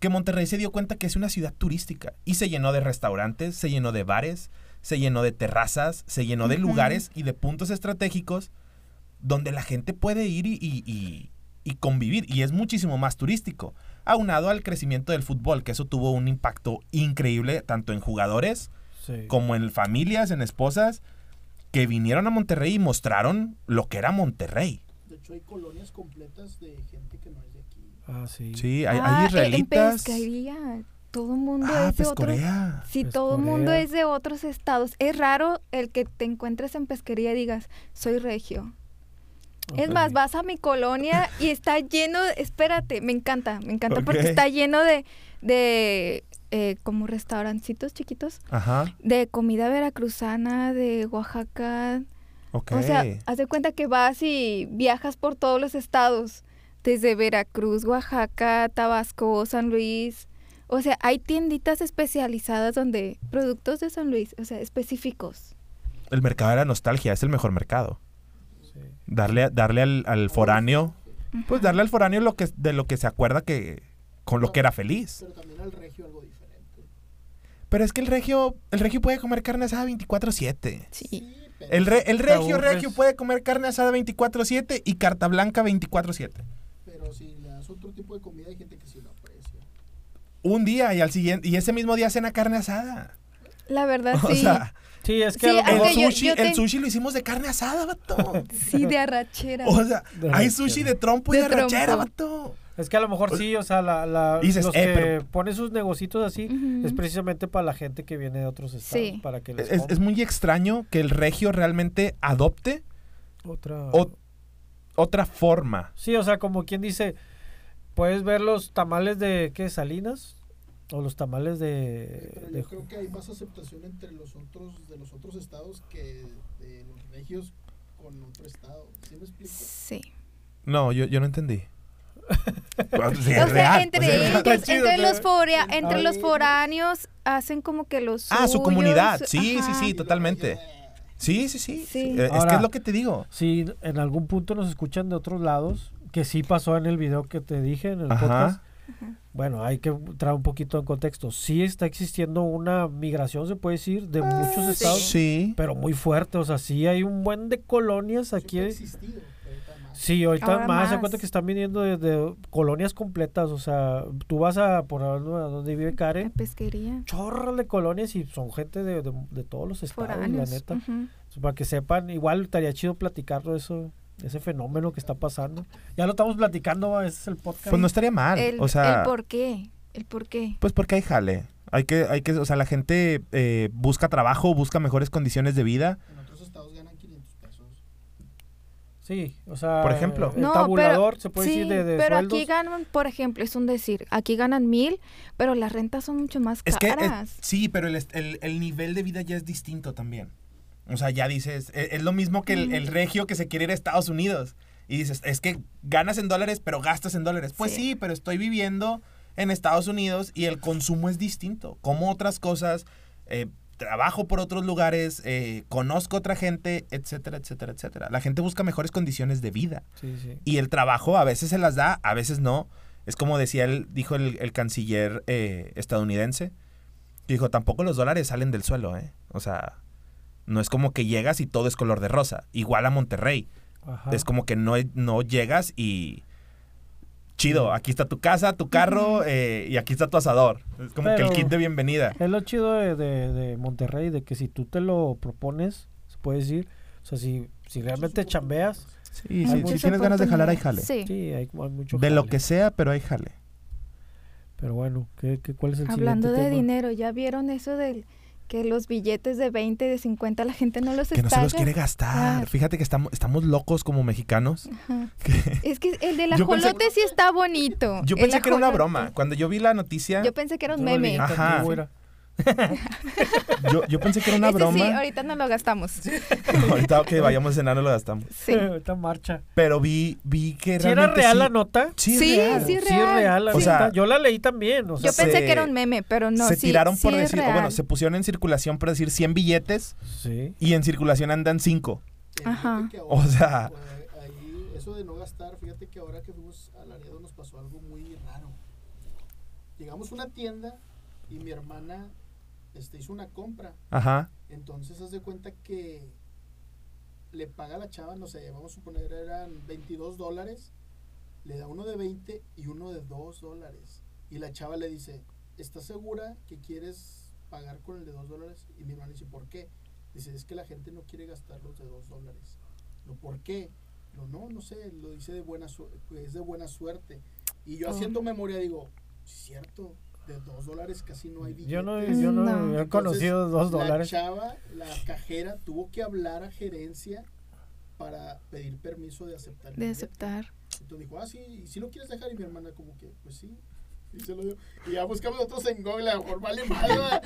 [SPEAKER 2] que Monterrey se dio cuenta que es una ciudad turística y se llenó de restaurantes, se llenó de bares, se llenó de terrazas, se llenó de
[SPEAKER 3] Ujú.
[SPEAKER 2] lugares y de puntos estratégicos donde la gente puede ir y, y- y- y convivir. Y es muchísimo más turístico. Aunado al crecimiento del fútbol, que eso tuvo un impacto increíble tanto en jugadores
[SPEAKER 1] Sí.
[SPEAKER 2] como en familias, en esposas, que vinieron a Monterrey y mostraron lo que era Monterrey.
[SPEAKER 4] de hecho, hay colonias completas de gente que no es de aquí.
[SPEAKER 1] Ah, sí.
[SPEAKER 2] Sí, hay, hay
[SPEAKER 3] Ah, en- en
[SPEAKER 2] israelitas.
[SPEAKER 3] pescaría, todo el mundo
[SPEAKER 2] ah,
[SPEAKER 3] es de otros.
[SPEAKER 2] pescorea.
[SPEAKER 3] Sí,
[SPEAKER 1] Pues
[SPEAKER 3] todo el mundo
[SPEAKER 1] Corea.
[SPEAKER 3] es de otros estados. Es raro el que te encuentres en pesquería y digas, soy regio. Es
[SPEAKER 1] Ok.
[SPEAKER 3] más, vas a mi colonia y está lleno, espérate, me encanta, me encanta
[SPEAKER 2] Ok.
[SPEAKER 3] porque está lleno de, de eh, como restaurancitos chiquitos,
[SPEAKER 2] Ajá,
[SPEAKER 3] de comida veracruzana, de Oaxaca.
[SPEAKER 2] ok.
[SPEAKER 3] O sea, haz de cuenta que vas y viajas por todos los estados, desde Veracruz, Oaxaca, Tabasco, San Luis. O sea, hay tienditas especializadas donde productos de San Luis, o sea, específicos.
[SPEAKER 2] el mercado de la nostalgia es el mejor mercado.
[SPEAKER 1] Sí.
[SPEAKER 2] Darle, a- darle al, al foráneo, pues darle al foráneo lo que, de lo que se acuerda que con lo que era feliz.
[SPEAKER 4] Pero también al regio algo diferente.
[SPEAKER 2] Pero es que el regio, el regio puede comer carne asada 24/7.
[SPEAKER 3] Sí.
[SPEAKER 4] pero
[SPEAKER 2] El, re- el
[SPEAKER 1] Te
[SPEAKER 2] regio,
[SPEAKER 1] aburres.
[SPEAKER 2] regio puede comer carne asada 24/7 y carta blanca 24/7.
[SPEAKER 4] Pero si le das otro tipo de comida, hay gente que sí lo aprecia.
[SPEAKER 2] Un día y al siguiente y ese mismo día cena carne asada.
[SPEAKER 3] La verdad,
[SPEAKER 2] <laughs> O
[SPEAKER 3] Ah, sí.
[SPEAKER 2] sea,
[SPEAKER 1] Sí, es que
[SPEAKER 3] Sí,
[SPEAKER 1] a lo
[SPEAKER 3] Ah,
[SPEAKER 2] el
[SPEAKER 1] mejor-
[SPEAKER 3] ok, yo-
[SPEAKER 2] sushi,
[SPEAKER 3] yo
[SPEAKER 2] el
[SPEAKER 3] te-
[SPEAKER 2] sushi lo hicimos de carne asada, vato.
[SPEAKER 3] <laughs> Sí, de arrachera.
[SPEAKER 2] <laughs> O sea,
[SPEAKER 1] De
[SPEAKER 2] hay
[SPEAKER 1] arrachera.
[SPEAKER 2] sushi de trompo y de
[SPEAKER 3] De trompo.
[SPEAKER 2] arrachera, vato.
[SPEAKER 1] es que a lo mejor sí, o sea, la, la-
[SPEAKER 2] Dices,
[SPEAKER 1] los
[SPEAKER 2] "Eh,
[SPEAKER 1] que
[SPEAKER 2] pero-"
[SPEAKER 1] ponen sus negocitos así
[SPEAKER 3] Ujú.
[SPEAKER 1] es precisamente para la gente que viene de otros estados,
[SPEAKER 3] Sí.
[SPEAKER 1] para que les
[SPEAKER 2] Es, es
[SPEAKER 1] compre.
[SPEAKER 2] muy extraño que el regio realmente adopte
[SPEAKER 1] otra
[SPEAKER 2] o- otra forma.
[SPEAKER 1] Sí, o sea, como quien dice, puedes ver los tamales de qué Salinas o los tamales de,
[SPEAKER 4] Pero
[SPEAKER 1] de-
[SPEAKER 4] yo creo que hay más aceptación entre los otros de los otros estados que de los regios con otro estado. ¿Sí me explico?
[SPEAKER 3] Sí.
[SPEAKER 2] No, yo, yo
[SPEAKER 1] <laughs>
[SPEAKER 2] no entendí. Pues, sí,
[SPEAKER 3] O
[SPEAKER 2] es
[SPEAKER 3] sea,
[SPEAKER 2] real,
[SPEAKER 3] entre
[SPEAKER 2] pues, es real.
[SPEAKER 3] ellos,
[SPEAKER 1] Está chido,
[SPEAKER 3] entre,
[SPEAKER 1] está
[SPEAKER 3] los forea-
[SPEAKER 4] bien.
[SPEAKER 3] entre los
[SPEAKER 4] Ay.
[SPEAKER 3] foráneos, hacen como que los.
[SPEAKER 2] Ah, su comunidad. Sí, sí,
[SPEAKER 4] Y
[SPEAKER 2] sí,
[SPEAKER 4] luego
[SPEAKER 2] totalmente.
[SPEAKER 4] ya-
[SPEAKER 2] Sí, sí, sí.
[SPEAKER 3] Sí.
[SPEAKER 2] Eh, es que
[SPEAKER 1] Ahora-
[SPEAKER 2] es lo que te digo.
[SPEAKER 1] Si en algún punto nos escuchan de otros lados, que sí pasó en el video que te dije en el
[SPEAKER 2] Ajá.
[SPEAKER 1] podcast. Bueno, hay que traer un poquito en contexto. Sí está existiendo una migración, se puede decir, de muchos estados,
[SPEAKER 2] Sí.
[SPEAKER 1] pero muy fuerte. O sea, sí hay un buen de colonias aquí.
[SPEAKER 4] siempre ha existido, pero está mal.
[SPEAKER 1] Sí, ahorita
[SPEAKER 3] Ahora
[SPEAKER 1] más, se
[SPEAKER 3] más.
[SPEAKER 1] cuenta que están viniendo desde colonias completas. O sea, tú vas a por a donde vive
[SPEAKER 3] La
[SPEAKER 1] Karen,
[SPEAKER 3] pesquería.
[SPEAKER 1] chorros de colonias y son gente de, de- de todos los estados,
[SPEAKER 3] Foráneos.
[SPEAKER 1] la neta.
[SPEAKER 3] ujú.
[SPEAKER 1] So, Para que sepan, igual estaría chido platicarlo eso, ese fenómeno que está pasando. Ya lo estamos platicando, va, ese es el podcast.
[SPEAKER 2] Pues no estaría mal.
[SPEAKER 3] el,
[SPEAKER 2] o sea,
[SPEAKER 3] el por qué. El por qué.
[SPEAKER 2] pues porque hay jale. Hay que, hay que, o sea, la gente eh, busca trabajo, busca mejores condiciones de vida.
[SPEAKER 4] En otros estados ganan 500 pesos.
[SPEAKER 1] Sí, o sea,
[SPEAKER 2] Por ejemplo.
[SPEAKER 1] el
[SPEAKER 3] No,
[SPEAKER 1] eh, tabulador
[SPEAKER 3] pero-
[SPEAKER 1] se puede
[SPEAKER 3] sí,
[SPEAKER 1] decir de, de
[SPEAKER 3] pero
[SPEAKER 1] sueldos.
[SPEAKER 3] aquí ganan, por ejemplo, es un decir, aquí ganan mil, pero las rentas son mucho más
[SPEAKER 2] Es que, eh,
[SPEAKER 3] caras.
[SPEAKER 2] sí, pero el, est- el- el nivel de vida ya es distinto también. O sea, ya dices, e- es, lo mismo que el, el regio que se quiere ir a Estados Unidos. Y dices, es que ganas en dólares, pero gastas en dólares. Pues sí,
[SPEAKER 3] Sí.
[SPEAKER 2] pero estoy viviendo en Estados Unidos y el consumo es distinto. Como otras cosas, eh, trabajo por otros lugares, eh, conozco otra gente, etcétera, etcétera, etcétera. La gente busca mejores condiciones de vida.
[SPEAKER 1] Sí, sí.
[SPEAKER 2] Y el trabajo a veces se las da, a veces no. Es como decía el, dijo el, el canciller eh, estadounidense. que Dijo, tampoco los dólares salen del suelo, ¿eh? O sea, no es como que llegas y todo es color de rosa. Igual a Monterrey.
[SPEAKER 1] Ajá.
[SPEAKER 2] Es como que no, no llegas y... Chido, aquí está tu casa, tu carro eh, y aquí está tu asador. Es como que el
[SPEAKER 1] Pero-
[SPEAKER 2] kit de bienvenida.
[SPEAKER 1] Es lo chido de, de- de Monterrey, de que si tú te lo propones, se puede decir, o sea, si, si realmente chambeas,
[SPEAKER 2] Sí,
[SPEAKER 1] sí,
[SPEAKER 3] Muchas
[SPEAKER 1] si
[SPEAKER 2] tienes ganas de jalar, hay jale.
[SPEAKER 3] oportunidades. Sí.
[SPEAKER 1] sí, hay, hay mucho
[SPEAKER 2] De lo
[SPEAKER 1] jale.
[SPEAKER 2] que sea, pero hay jale.
[SPEAKER 1] Pero bueno, ¿qué, qué, cuál es el
[SPEAKER 3] Hablando de
[SPEAKER 1] siguiente tema?
[SPEAKER 3] dinero, ¿ya vieron eso del que los billetes de 20, de 50 la gente no los
[SPEAKER 2] Que no
[SPEAKER 3] está
[SPEAKER 2] se los quiere
[SPEAKER 3] gastando?
[SPEAKER 2] gastar. Fíjate que estamos, estamos locos como mexicanos. Que-
[SPEAKER 3] Es que el del
[SPEAKER 2] Yo pensé-
[SPEAKER 3] ajolote sí está bonito.
[SPEAKER 2] Yo
[SPEAKER 3] el
[SPEAKER 2] pensé que era una
[SPEAKER 3] ajolote.
[SPEAKER 2] broma. Ah, Cuando yo vi la noticia,
[SPEAKER 3] Yo pensé que era un
[SPEAKER 1] Yo
[SPEAKER 3] meme.
[SPEAKER 1] ahorita
[SPEAKER 2] Ajá.
[SPEAKER 1] digo,
[SPEAKER 3] <laughs>
[SPEAKER 1] mira,
[SPEAKER 2] yo, yo pensé que era una
[SPEAKER 3] Ese Este sí,
[SPEAKER 2] broma.
[SPEAKER 3] ahorita no lo gastamos. Sí.
[SPEAKER 2] <laughs> Ahorita que vayamos a cenar no lo gastamos. <laughs>
[SPEAKER 1] <laughs> ahorita marcha.
[SPEAKER 2] Pero vi, vi que
[SPEAKER 1] Si era
[SPEAKER 2] realmente
[SPEAKER 1] real
[SPEAKER 2] sí-
[SPEAKER 1] la nota,
[SPEAKER 2] sí es
[SPEAKER 3] Sí,
[SPEAKER 2] real.
[SPEAKER 3] Ah, sí es
[SPEAKER 1] sí es real la
[SPEAKER 2] O sea,
[SPEAKER 1] nota. Yo la leí también, o sea,
[SPEAKER 3] Yo pensé
[SPEAKER 2] se-
[SPEAKER 3] que era un meme, pero no.
[SPEAKER 2] se
[SPEAKER 3] sí-
[SPEAKER 2] tiraron
[SPEAKER 3] sí
[SPEAKER 2] por
[SPEAKER 3] es
[SPEAKER 2] decir, o
[SPEAKER 3] real.
[SPEAKER 2] bueno, se pusieron en circulación por decir 100 billetes
[SPEAKER 1] sí.
[SPEAKER 2] y en circulación andan 5.
[SPEAKER 4] Fíjate
[SPEAKER 3] Ajá.
[SPEAKER 4] que
[SPEAKER 2] O sea-
[SPEAKER 4] eh, ahí, eso de no gastar, fíjate que ahora que fuimos a Laredo nos pasó algo muy raro. Llegamos a una tienda y mi hermana este, hizo una compra.
[SPEAKER 2] Ajá.
[SPEAKER 4] Entonces, haz de cuenta que le paga a la chava, no sé, vamos a suponer eran 22 dólares, le da uno de 20 y uno de 2 dólares. Y la chava le dice, ¿estás segura que quieres pagar con el de 2 dólares? Y mi hermano dice, ¿por qué? Dice, es que la gente no quiere gastar los de 2 dólares. Lo, ¿por qué? Lo, no, no sé, lo dice de buena su- es de buena suerte. Y yo
[SPEAKER 3] Oh.
[SPEAKER 1] Ah.
[SPEAKER 4] haciendo memoria digo, "Sí, cierto, de dos dólares casi no hay billetes.
[SPEAKER 1] Yo no, yo no,
[SPEAKER 3] No.
[SPEAKER 1] he conocido dos
[SPEAKER 4] Entonces,
[SPEAKER 1] dólares.
[SPEAKER 4] La chava, la cajera, tuvo que hablar a gerencia para pedir permiso de aceptar. el
[SPEAKER 3] de
[SPEAKER 4] billete.
[SPEAKER 3] aceptar.
[SPEAKER 4] Entonces dijo, ah, sí, ¿y si lo quieres dejar? Y mi hermana como que, pues sí. Y se lo dio. Y ya buscamos otros en Google, a lo mejor vale más. ¿verdad?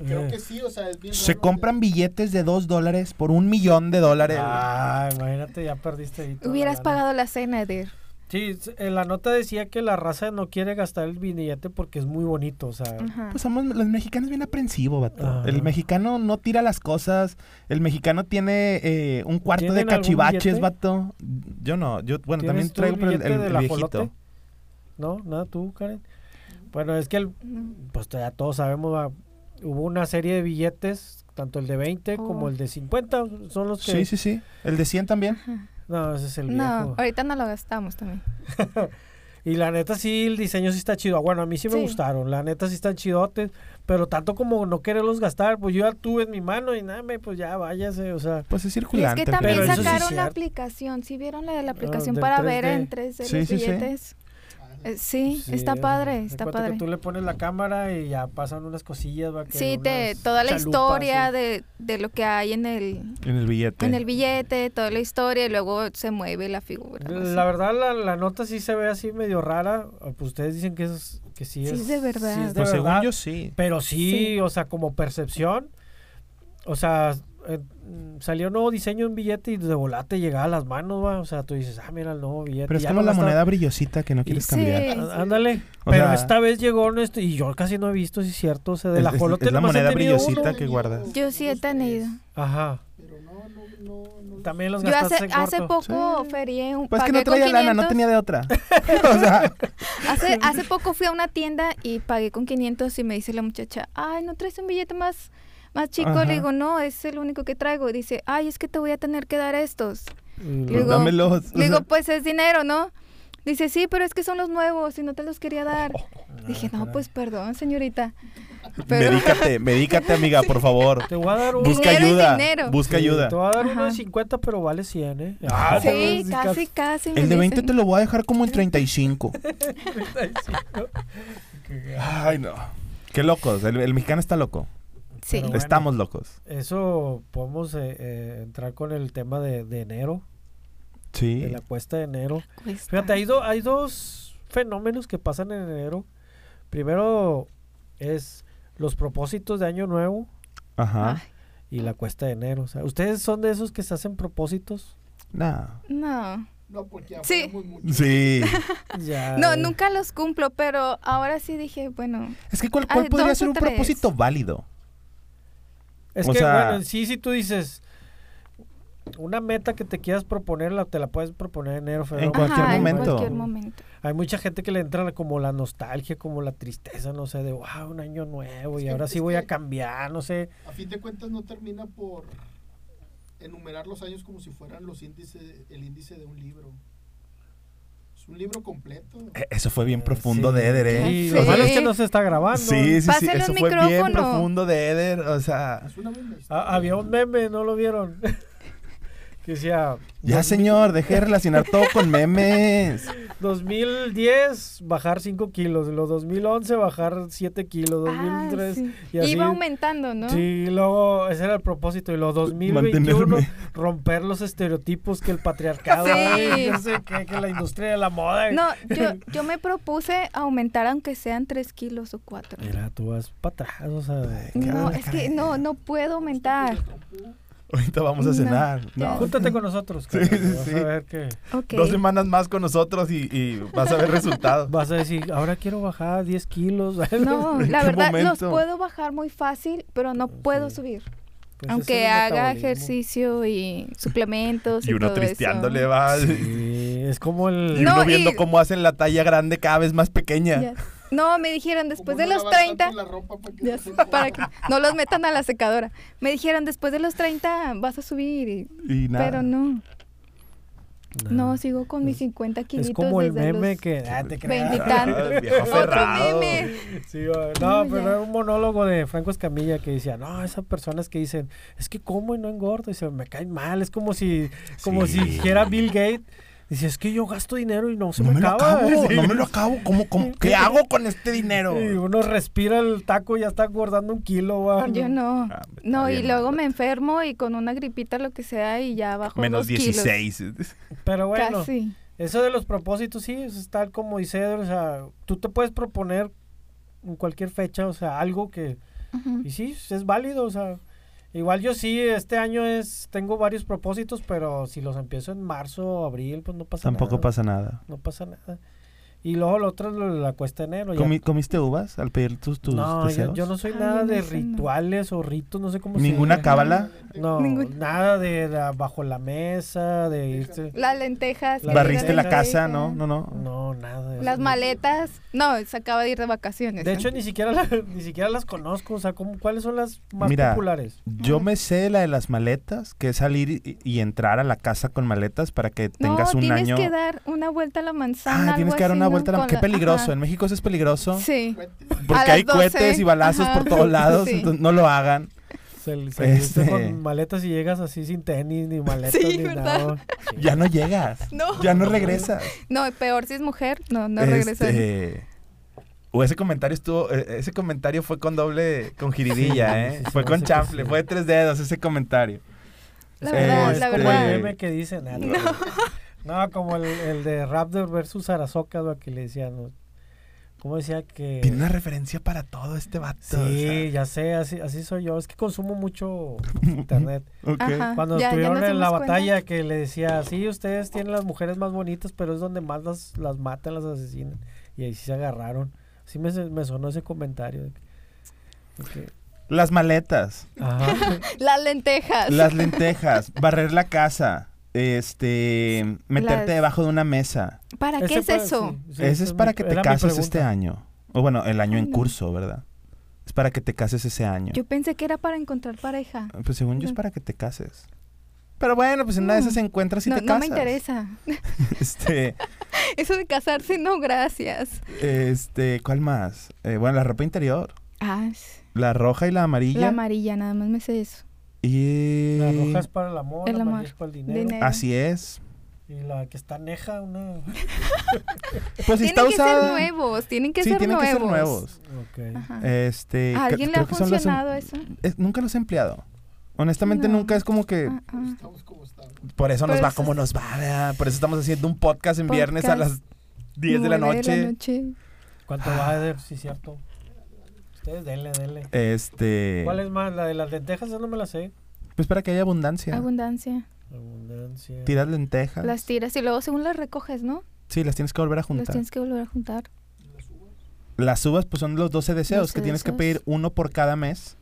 [SPEAKER 4] Y creo que sí, o sea, es bien
[SPEAKER 2] Se
[SPEAKER 4] raro,
[SPEAKER 2] compran billetes de dos dólares por un millón de dólares.
[SPEAKER 1] Ah, imagínate, ya perdiste ahí. toda
[SPEAKER 3] Hubieras
[SPEAKER 1] la lana.
[SPEAKER 3] pagado la cena, Eder.
[SPEAKER 1] Sí, s- en la nota decía que la raza no quiere gastar el billete porque es muy bonito, o sea.
[SPEAKER 3] Ajá.
[SPEAKER 2] Pues somos los mexicanos bien aprensivos, vato.
[SPEAKER 1] Ajá.
[SPEAKER 2] El mexicano no tira las cosas. El mexicano tiene eh, un cuarto de
[SPEAKER 1] ¿Tienen algún
[SPEAKER 2] cachivaches,
[SPEAKER 1] billete?
[SPEAKER 2] vato. Yo no, yo, bueno,
[SPEAKER 1] ¿Tienes tú el
[SPEAKER 2] también traigo pero el,
[SPEAKER 1] billete
[SPEAKER 2] el-
[SPEAKER 1] del
[SPEAKER 2] el viejito.
[SPEAKER 1] ajolote? No, nada, tú, Karen. Bueno, es que el,
[SPEAKER 3] No.
[SPEAKER 1] pues ya todos sabemos, va, hubo una serie de billetes, tanto el de 20 como
[SPEAKER 3] Oh.
[SPEAKER 1] el de 50, son los que...
[SPEAKER 2] Sí, sí, sí. El de 100 también.
[SPEAKER 1] No, ese es el viejo.
[SPEAKER 3] No, ahorita no lo gastamos también.
[SPEAKER 1] Y la neta sí, el diseño sí está chido. Ah, Bueno, a mí sí me
[SPEAKER 3] Sí.
[SPEAKER 1] gustaron. La neta sí están chidotes. Pero tanto como no quererlos gastar, pues yo ya tuve en mi mano y nada, me, pues ya váyase. O sea,
[SPEAKER 2] Pues es
[SPEAKER 3] Y es
[SPEAKER 2] circulante.
[SPEAKER 3] que
[SPEAKER 2] pero-
[SPEAKER 3] también
[SPEAKER 1] Pero eso sí
[SPEAKER 3] sacaron
[SPEAKER 1] es
[SPEAKER 3] la
[SPEAKER 1] cierto.
[SPEAKER 3] aplicación. ¿Sí vieron la de la
[SPEAKER 1] Ah,
[SPEAKER 3] aplicación
[SPEAKER 1] del
[SPEAKER 3] para ver
[SPEAKER 1] 3D.
[SPEAKER 3] en 3D
[SPEAKER 2] Sí, sí,
[SPEAKER 3] los
[SPEAKER 2] sí.
[SPEAKER 3] billetes?
[SPEAKER 4] ¿verdad?
[SPEAKER 3] Eh, Sí,
[SPEAKER 1] sí,
[SPEAKER 3] está
[SPEAKER 1] eh,
[SPEAKER 3] padre, está
[SPEAKER 1] recuerda
[SPEAKER 3] padre.
[SPEAKER 1] que tú le pones la cámara y ya pasan unas cosillas. va, que
[SPEAKER 3] Sí, te,
[SPEAKER 1] unas
[SPEAKER 3] toda la
[SPEAKER 1] chalupas,
[SPEAKER 3] historia
[SPEAKER 1] sí.
[SPEAKER 3] de, de lo que hay en el,
[SPEAKER 2] En el billete.
[SPEAKER 3] en el billete, toda la historia, y luego se mueve la figura. no sé.
[SPEAKER 1] La verdad, la, la nota sí se ve así medio rara. ah, Pues ustedes dicen que, es, que sí,
[SPEAKER 3] Sí
[SPEAKER 1] es.
[SPEAKER 3] es de verdad.
[SPEAKER 1] sí es de
[SPEAKER 2] Pues según
[SPEAKER 1] verdad,
[SPEAKER 2] yo sí.
[SPEAKER 1] Pero sí,
[SPEAKER 3] Sí.
[SPEAKER 1] o sea, como percepción, o sea, eh, mm, salió un nuevo diseño en billete y de volate llegaba a las manos, va. O sea, tú dices, ah, mira el nuevo billete.
[SPEAKER 2] Pero es
[SPEAKER 1] ya
[SPEAKER 2] como
[SPEAKER 1] no
[SPEAKER 2] la
[SPEAKER 1] gastaba-
[SPEAKER 2] moneda brillosita que no quieres
[SPEAKER 3] Sí.
[SPEAKER 2] cambiar.
[SPEAKER 3] Sí.
[SPEAKER 1] Á- Ándale.
[SPEAKER 2] O
[SPEAKER 1] pero
[SPEAKER 2] sea-
[SPEAKER 1] esta vez llegó en esto y yo casi no he visto, si es cierto. O sea, de
[SPEAKER 2] Es-
[SPEAKER 1] la
[SPEAKER 2] es-
[SPEAKER 1] jolote
[SPEAKER 2] es la
[SPEAKER 1] nomás he
[SPEAKER 2] moneda
[SPEAKER 1] tenido
[SPEAKER 2] brillosita.
[SPEAKER 1] uno.
[SPEAKER 2] que guardas.
[SPEAKER 3] Yo sí he
[SPEAKER 4] unos tres,
[SPEAKER 3] tenido.
[SPEAKER 1] Ajá.
[SPEAKER 4] Pero no, no, no. no
[SPEAKER 1] También los
[SPEAKER 3] Yo hace,
[SPEAKER 1] gastaste en
[SPEAKER 3] hace
[SPEAKER 1] corto.
[SPEAKER 3] poco
[SPEAKER 2] Sí.
[SPEAKER 3] ferié un
[SPEAKER 2] Pues que no
[SPEAKER 3] pagué con
[SPEAKER 2] traía lana, no
[SPEAKER 3] 500.
[SPEAKER 2] tenía de otra. o sea, <laughs>
[SPEAKER 3] Hace, hace poco fui a una tienda y pagué con 500 y me dice la muchacha, ay, ¿no traes un billete más, más chico?
[SPEAKER 2] Ajá.
[SPEAKER 3] Le digo, no, es el único que traigo. Dice, ay, es que te voy a tener que dar estos.
[SPEAKER 1] Y
[SPEAKER 3] Yo
[SPEAKER 2] pues
[SPEAKER 1] luego-
[SPEAKER 3] digo-
[SPEAKER 2] dámelos.
[SPEAKER 3] Le digo, pues es dinero, ¿no? Dice, sí, pero es que son los nuevos y no te los quería dar.
[SPEAKER 2] Oh,
[SPEAKER 3] Dije, no, pues perdón, señorita. Pero-
[SPEAKER 2] Medícate, medícate, amiga,
[SPEAKER 1] <laughs>
[SPEAKER 2] por favor.
[SPEAKER 1] Te voy a dar un.
[SPEAKER 3] Busca
[SPEAKER 2] Busca
[SPEAKER 3] Dinero es
[SPEAKER 2] ayuda.
[SPEAKER 3] dinero.
[SPEAKER 2] Busca ayuda.
[SPEAKER 1] Te voy a dar uno de
[SPEAKER 3] Ajá.
[SPEAKER 1] 50, pero vale 100, ¿eh?
[SPEAKER 2] Ah,
[SPEAKER 3] sí, casi, casi. me
[SPEAKER 2] El de 20
[SPEAKER 3] dicen.
[SPEAKER 2] te lo voy a dejar como en <laughs> 35. Ay, no. Qué locos. El, el mexicano está loco.
[SPEAKER 3] Sí.
[SPEAKER 1] Pero bueno.
[SPEAKER 2] Estamos locos.
[SPEAKER 1] Eso podemos eh, eh, entrar con el tema de, de enero, de
[SPEAKER 2] Sí.
[SPEAKER 1] la cuesta de enero.
[SPEAKER 3] Cuesta.
[SPEAKER 1] Fíjate, hay, do- hay dos fenómenos que pasan en enero. Primero es los propósitos de año nuevo
[SPEAKER 2] Ajá.
[SPEAKER 1] y la cuesta de enero. O sea, ¿Ustedes son de esos que se hacen propósitos?
[SPEAKER 2] No.
[SPEAKER 3] No.
[SPEAKER 4] No, porque ya
[SPEAKER 3] Sí.
[SPEAKER 4] fuimos mucho.
[SPEAKER 2] <laughs> Sí.
[SPEAKER 1] Ya,
[SPEAKER 3] No,
[SPEAKER 1] eh,
[SPEAKER 3] nunca los cumplo, pero ahora sí dije, bueno,
[SPEAKER 2] Es que ¿cuál, cuál
[SPEAKER 3] Ay,
[SPEAKER 2] podría
[SPEAKER 3] dos
[SPEAKER 2] ser
[SPEAKER 3] o
[SPEAKER 2] un
[SPEAKER 3] tres.
[SPEAKER 2] propósito válido?
[SPEAKER 1] Es
[SPEAKER 2] o
[SPEAKER 1] que,
[SPEAKER 2] sea-
[SPEAKER 1] bueno, en sí, si tú dices una meta que te quieras proponer, la, te la puedes proponer en enero, febrero.
[SPEAKER 2] En cualquier
[SPEAKER 3] ajá,
[SPEAKER 2] momento.
[SPEAKER 3] en cualquier momento.
[SPEAKER 1] Hay mucha gente que le entra la- como la nostalgia, como la tristeza, no sé, de wow, un año nuevo
[SPEAKER 4] Es
[SPEAKER 1] y
[SPEAKER 4] que-
[SPEAKER 1] ahora
[SPEAKER 4] es
[SPEAKER 1] sí voy a
[SPEAKER 4] que-
[SPEAKER 1] cambiar, no sé.
[SPEAKER 4] A fin de cuentas no termina por enumerar los años como si fueran los índices, el índice de un libro. Es un libro completo.
[SPEAKER 2] Eh, Eso fue bien profundo
[SPEAKER 1] Sí.
[SPEAKER 2] de Eder, ¿eh?
[SPEAKER 1] Y
[SPEAKER 3] Sí.
[SPEAKER 1] Lo malo es que no se está grabando.
[SPEAKER 2] Sí, sí, sí.
[SPEAKER 3] Pásale
[SPEAKER 2] Eso
[SPEAKER 3] un
[SPEAKER 2] fue bien
[SPEAKER 3] micrófono.
[SPEAKER 2] profundo de Eder. O sea,
[SPEAKER 4] Es una misma historia.
[SPEAKER 1] Ah, había un meme, ¿no lo vieron? <laughs> que decía...
[SPEAKER 2] ya
[SPEAKER 1] dos-
[SPEAKER 2] señor, deje de relacionar todo con memes.
[SPEAKER 1] 2010, bajar 5 kilos. Los 2011, bajar 7 kilos.
[SPEAKER 3] Ah,
[SPEAKER 1] 2003,
[SPEAKER 3] sí.
[SPEAKER 1] y así.
[SPEAKER 3] Iba aumentando, ¿no?
[SPEAKER 1] Sí, y luego ese era el propósito. Y los 2021,
[SPEAKER 2] Mantenerme.
[SPEAKER 1] romper los estereotipos que el patriarcado...
[SPEAKER 3] Sí.
[SPEAKER 1] hay, no sé qué, que la industria de la moda...
[SPEAKER 3] No,
[SPEAKER 1] <laughs>
[SPEAKER 3] yo, yo me propuse aumentar aunque sean 3 kilos o 4.
[SPEAKER 1] Mira, tú vas para atrás, o sea... de- ah,
[SPEAKER 3] No, es que no, no puedo aumentar.
[SPEAKER 2] <laughs> Ahorita vamos a
[SPEAKER 3] No,
[SPEAKER 2] cenar.
[SPEAKER 3] ya.
[SPEAKER 2] No.
[SPEAKER 1] Júntate con nosotros,
[SPEAKER 2] Sí,
[SPEAKER 1] Carlos,
[SPEAKER 2] sí,
[SPEAKER 1] vas
[SPEAKER 2] sí.
[SPEAKER 1] a ver que...
[SPEAKER 3] Ok.
[SPEAKER 2] Dos semanas más con nosotros y, y vas a ver resultados.
[SPEAKER 1] Vas a decir, ahora quiero bajar 10 kilos. <laughs> Pues
[SPEAKER 3] No,
[SPEAKER 2] ¿En
[SPEAKER 3] la
[SPEAKER 2] qué
[SPEAKER 3] verdad los
[SPEAKER 2] momento?
[SPEAKER 3] puedo bajar muy fácil, pero no puedo
[SPEAKER 1] este sí.
[SPEAKER 3] subir.
[SPEAKER 1] Pues ese
[SPEAKER 3] Aunque
[SPEAKER 1] es el
[SPEAKER 3] haga
[SPEAKER 1] metabolismo.
[SPEAKER 3] ejercicio
[SPEAKER 1] <laughs>
[SPEAKER 3] y suplementos y,
[SPEAKER 2] Y uno
[SPEAKER 3] todo
[SPEAKER 2] tristeándole
[SPEAKER 3] eso.
[SPEAKER 2] va.
[SPEAKER 1] Sí, es como el...
[SPEAKER 2] <laughs> Y uno
[SPEAKER 3] No, y-
[SPEAKER 2] viendo cómo hacen la talla grande cada vez más pequeña.
[SPEAKER 3] Ya. No, me dijeron después de los 30 ya
[SPEAKER 4] <laughs>
[SPEAKER 3] sé, para que no los metan a la secadora. Me dijeron después de los 30 vas a subir, y-
[SPEAKER 2] Y nada.
[SPEAKER 3] pero no, no sigo con mis
[SPEAKER 1] Pues Es-
[SPEAKER 3] 50 kilos
[SPEAKER 1] Es como el
[SPEAKER 3] desde
[SPEAKER 1] meme
[SPEAKER 3] los-
[SPEAKER 1] que... Ah, te creas.
[SPEAKER 3] veintitantos.
[SPEAKER 2] Ah, viejo
[SPEAKER 3] Otro
[SPEAKER 2] cerrado.
[SPEAKER 3] meme.
[SPEAKER 1] <laughs> Sí, va,
[SPEAKER 3] No,
[SPEAKER 1] no,
[SPEAKER 3] ya.
[SPEAKER 1] pero era un monólogo de Franco Escamilla que decía, no, esas personas que dicen, es que como y no engordo, y se me caen mal, es como si, como
[SPEAKER 2] Sí.
[SPEAKER 1] si dijera Bill Gates, Dice, es que yo gasto dinero y no se
[SPEAKER 2] no
[SPEAKER 1] me,
[SPEAKER 2] me lo
[SPEAKER 1] acaba. <laughs>
[SPEAKER 2] acabo,
[SPEAKER 1] Sí.
[SPEAKER 2] no me lo acabo. ¿Cómo, cómo, qué hago con este dinero?
[SPEAKER 1] Y uno respira el taco y ya está guardando un kilo, va.
[SPEAKER 3] Yo no.
[SPEAKER 2] Ah, está
[SPEAKER 3] No, y
[SPEAKER 2] bien,
[SPEAKER 3] luego
[SPEAKER 2] Marta.
[SPEAKER 3] me enfermo y con una gripita, lo que sea, y ya bajo.
[SPEAKER 2] Menos
[SPEAKER 3] dos kilos.
[SPEAKER 2] 16. <laughs>
[SPEAKER 1] Pero bueno,
[SPEAKER 3] Casi.
[SPEAKER 1] eso de los propósitos, sí, es tal como dice Edward, o sea, tú te puedes proponer en cualquier fecha, o sea, algo que,
[SPEAKER 3] Ujú.
[SPEAKER 1] y sí, es válido, o sea, igual yo sí, este año es, tengo varios propósitos, pero si los empiezo en marzo o abril, pues no pasa
[SPEAKER 5] Tampoco
[SPEAKER 1] nada.
[SPEAKER 5] pasa nada.
[SPEAKER 1] No pasa nada. Y luego lo otro es lo de la cuesta de enero. ya-
[SPEAKER 5] Comi- ¿Comiste uvas al pedir tus, tus
[SPEAKER 1] no, yo,
[SPEAKER 5] deseos?
[SPEAKER 1] yo no soy
[SPEAKER 3] Ay,
[SPEAKER 1] nada
[SPEAKER 3] yo no
[SPEAKER 1] de
[SPEAKER 3] sé, no.
[SPEAKER 1] rituales o ritos, no sé cómo se
[SPEAKER 2] Ninguna
[SPEAKER 1] diga.
[SPEAKER 2] cábala.
[SPEAKER 1] No,
[SPEAKER 3] Ningún-
[SPEAKER 1] nada de la- bajo la mesa, de irse.
[SPEAKER 3] Las lentejas.
[SPEAKER 1] La
[SPEAKER 2] Barriste la
[SPEAKER 1] lenteja.
[SPEAKER 2] casa, ¿no? No, no.
[SPEAKER 1] No, nada. de eso.
[SPEAKER 3] Las maletas. No, se acaba de ir de vacaciones.
[SPEAKER 1] De hecho, ni siquiera, la- <laughs> ni siquiera las conozco. O sea, ¿cómo- ¿cuáles son las más
[SPEAKER 2] Mira,
[SPEAKER 1] populares?
[SPEAKER 2] Yo me sé la de las maletas, que es salir y, y entrar a la casa con maletas para que tengas
[SPEAKER 3] no,
[SPEAKER 2] un
[SPEAKER 3] tienes
[SPEAKER 2] año.
[SPEAKER 3] que dar una vuelta a la manzana.
[SPEAKER 2] ah, tienes
[SPEAKER 3] algo
[SPEAKER 2] que dar
[SPEAKER 3] así,
[SPEAKER 2] una vuelta. a la-
[SPEAKER 3] ¿no? Con
[SPEAKER 2] Qué
[SPEAKER 3] la-
[SPEAKER 2] peligroso.
[SPEAKER 3] ajá.
[SPEAKER 2] En México eso es peligroso.
[SPEAKER 3] Sí.
[SPEAKER 4] Cuente.
[SPEAKER 3] A
[SPEAKER 2] Porque
[SPEAKER 3] las
[SPEAKER 2] hay
[SPEAKER 3] 12,
[SPEAKER 2] cohetes y balazos
[SPEAKER 3] ajá.
[SPEAKER 2] por todos lados.
[SPEAKER 3] Sí.
[SPEAKER 2] entonces no lo hagan.
[SPEAKER 1] Se, se viste
[SPEAKER 2] este-
[SPEAKER 1] con maletas y llegas así sin tenis, ni maletas,
[SPEAKER 3] Sí,
[SPEAKER 1] ni
[SPEAKER 3] ¿verdad?
[SPEAKER 1] nada.
[SPEAKER 2] Ya no llegas.
[SPEAKER 3] No.
[SPEAKER 2] Ya no regresas.
[SPEAKER 3] No, peor si es mujer. No, no regresa.
[SPEAKER 2] Este, O ese comentario estuvo, eh, ese comentario fue con doble, con giridilla,
[SPEAKER 1] Sí,
[SPEAKER 2] ¿eh?
[SPEAKER 1] sí, sí,
[SPEAKER 2] fue
[SPEAKER 1] se
[SPEAKER 2] con
[SPEAKER 1] me hace que
[SPEAKER 2] chanfle,
[SPEAKER 1] sí.
[SPEAKER 2] fue de tres dedos ese comentario.
[SPEAKER 3] La
[SPEAKER 1] Es
[SPEAKER 3] verdad,
[SPEAKER 1] como-
[SPEAKER 3] la
[SPEAKER 1] es
[SPEAKER 2] este,
[SPEAKER 1] como
[SPEAKER 3] verdad.
[SPEAKER 1] el meme que dicen. ah, no, no, como el, el de Raptor versus Arazoka, lo que le decían. ¿no? ¿Cómo decía que...?
[SPEAKER 2] Tiene una referencia para todo este vato.
[SPEAKER 1] Sí,
[SPEAKER 2] o sea.
[SPEAKER 1] ya sé, así, así soy yo. Es que consumo mucho internet.
[SPEAKER 2] Ok.
[SPEAKER 3] Ajá,
[SPEAKER 1] Cuando
[SPEAKER 3] Ah, ya- ya
[SPEAKER 1] estuvieron
[SPEAKER 3] nos
[SPEAKER 1] en la
[SPEAKER 3] dimos cuenta.
[SPEAKER 1] batalla que le decía, sí, ustedes tienen las mujeres más bonitas, pero es donde más las, las matan, las asesinan. Y ahí sí se agarraron. Así me, se- me sonó ese comentario. de que- de
[SPEAKER 3] <laughs>
[SPEAKER 1] que-
[SPEAKER 2] Las maletas,
[SPEAKER 1] ajá.
[SPEAKER 3] Las lentejas.
[SPEAKER 2] las lentejas, barrer la casa, este, meterte
[SPEAKER 3] Las-
[SPEAKER 2] debajo de una mesa.
[SPEAKER 3] ¿Para
[SPEAKER 1] Ese
[SPEAKER 3] qué es
[SPEAKER 1] fue-
[SPEAKER 3] eso?
[SPEAKER 1] sí, sí,
[SPEAKER 2] Ese es
[SPEAKER 1] mi-
[SPEAKER 2] para que te
[SPEAKER 1] era mi
[SPEAKER 2] cases
[SPEAKER 1] pregunta.
[SPEAKER 2] este año. O bueno, el año
[SPEAKER 3] Ay,
[SPEAKER 2] en
[SPEAKER 3] no.
[SPEAKER 2] curso, ¿verdad? Es para que te cases ese año.
[SPEAKER 3] Yo pensé que era para encontrar pareja.
[SPEAKER 2] Pues según yo es para que te cases. Pero bueno, pues en una de esas encuentras y
[SPEAKER 3] no,
[SPEAKER 2] te
[SPEAKER 3] no
[SPEAKER 2] casas.
[SPEAKER 3] me interesa.
[SPEAKER 2] <laughs> Este,
[SPEAKER 3] Eso de casarse, no, gracias.
[SPEAKER 2] este, ¿cuál más? Eh, bueno, la ropa interior.
[SPEAKER 3] Ah, es-
[SPEAKER 2] La roja y la amarilla.
[SPEAKER 3] la amarilla, nada más me sé eso.
[SPEAKER 2] y...
[SPEAKER 1] La roja es para el amor,
[SPEAKER 3] El
[SPEAKER 1] la amarilla
[SPEAKER 3] amor.
[SPEAKER 1] es para el dinero.
[SPEAKER 3] Dinero.
[SPEAKER 2] Así es.
[SPEAKER 1] Y la que está neja,
[SPEAKER 3] <laughs>
[SPEAKER 1] una...
[SPEAKER 2] Pues si está
[SPEAKER 3] tienen que
[SPEAKER 2] usada.
[SPEAKER 3] ser nuevos, tienen que
[SPEAKER 2] sí,
[SPEAKER 3] ser
[SPEAKER 2] tienen
[SPEAKER 3] nuevos.
[SPEAKER 2] que ser nuevos.
[SPEAKER 1] Ok.
[SPEAKER 3] Ajá.
[SPEAKER 2] Este,
[SPEAKER 3] ¿A
[SPEAKER 2] cre-
[SPEAKER 3] alguien le
[SPEAKER 2] creo
[SPEAKER 3] ha
[SPEAKER 2] que son las-
[SPEAKER 3] funcionado eso?
[SPEAKER 2] es- nunca los he empleado. Honestamente
[SPEAKER 3] No.
[SPEAKER 2] nunca es como que
[SPEAKER 3] Ah, ah.
[SPEAKER 4] Estamos como estamos.
[SPEAKER 2] por eso nos
[SPEAKER 3] Por
[SPEAKER 2] va
[SPEAKER 3] eso-
[SPEAKER 2] como nos va. ¿verdad? Por eso estamos haciendo un podcast en viernes a las
[SPEAKER 3] Podcast.
[SPEAKER 2] 10 de la
[SPEAKER 3] Nueve
[SPEAKER 2] noche.
[SPEAKER 1] ¿Cuánto va a ser? Sí, cierto. Ustedes denle, denle.
[SPEAKER 2] Este,
[SPEAKER 1] ¿Cuál es más? La de las lentejas, esa no me la sé.
[SPEAKER 2] pues para que haya abundancia.
[SPEAKER 3] Abundancia.
[SPEAKER 1] Abundancia.
[SPEAKER 2] Tiras lentejas.
[SPEAKER 3] Las tiras y luego según las recoges, ¿no?
[SPEAKER 2] Sí, las tienes que volver a
[SPEAKER 3] Las
[SPEAKER 2] juntar.
[SPEAKER 3] tienes que volver a juntar.
[SPEAKER 2] Las uvas, pues son los 12 deseos,
[SPEAKER 3] 12
[SPEAKER 2] que tienes que
[SPEAKER 3] deseos.
[SPEAKER 2] pedir uno por cada mes.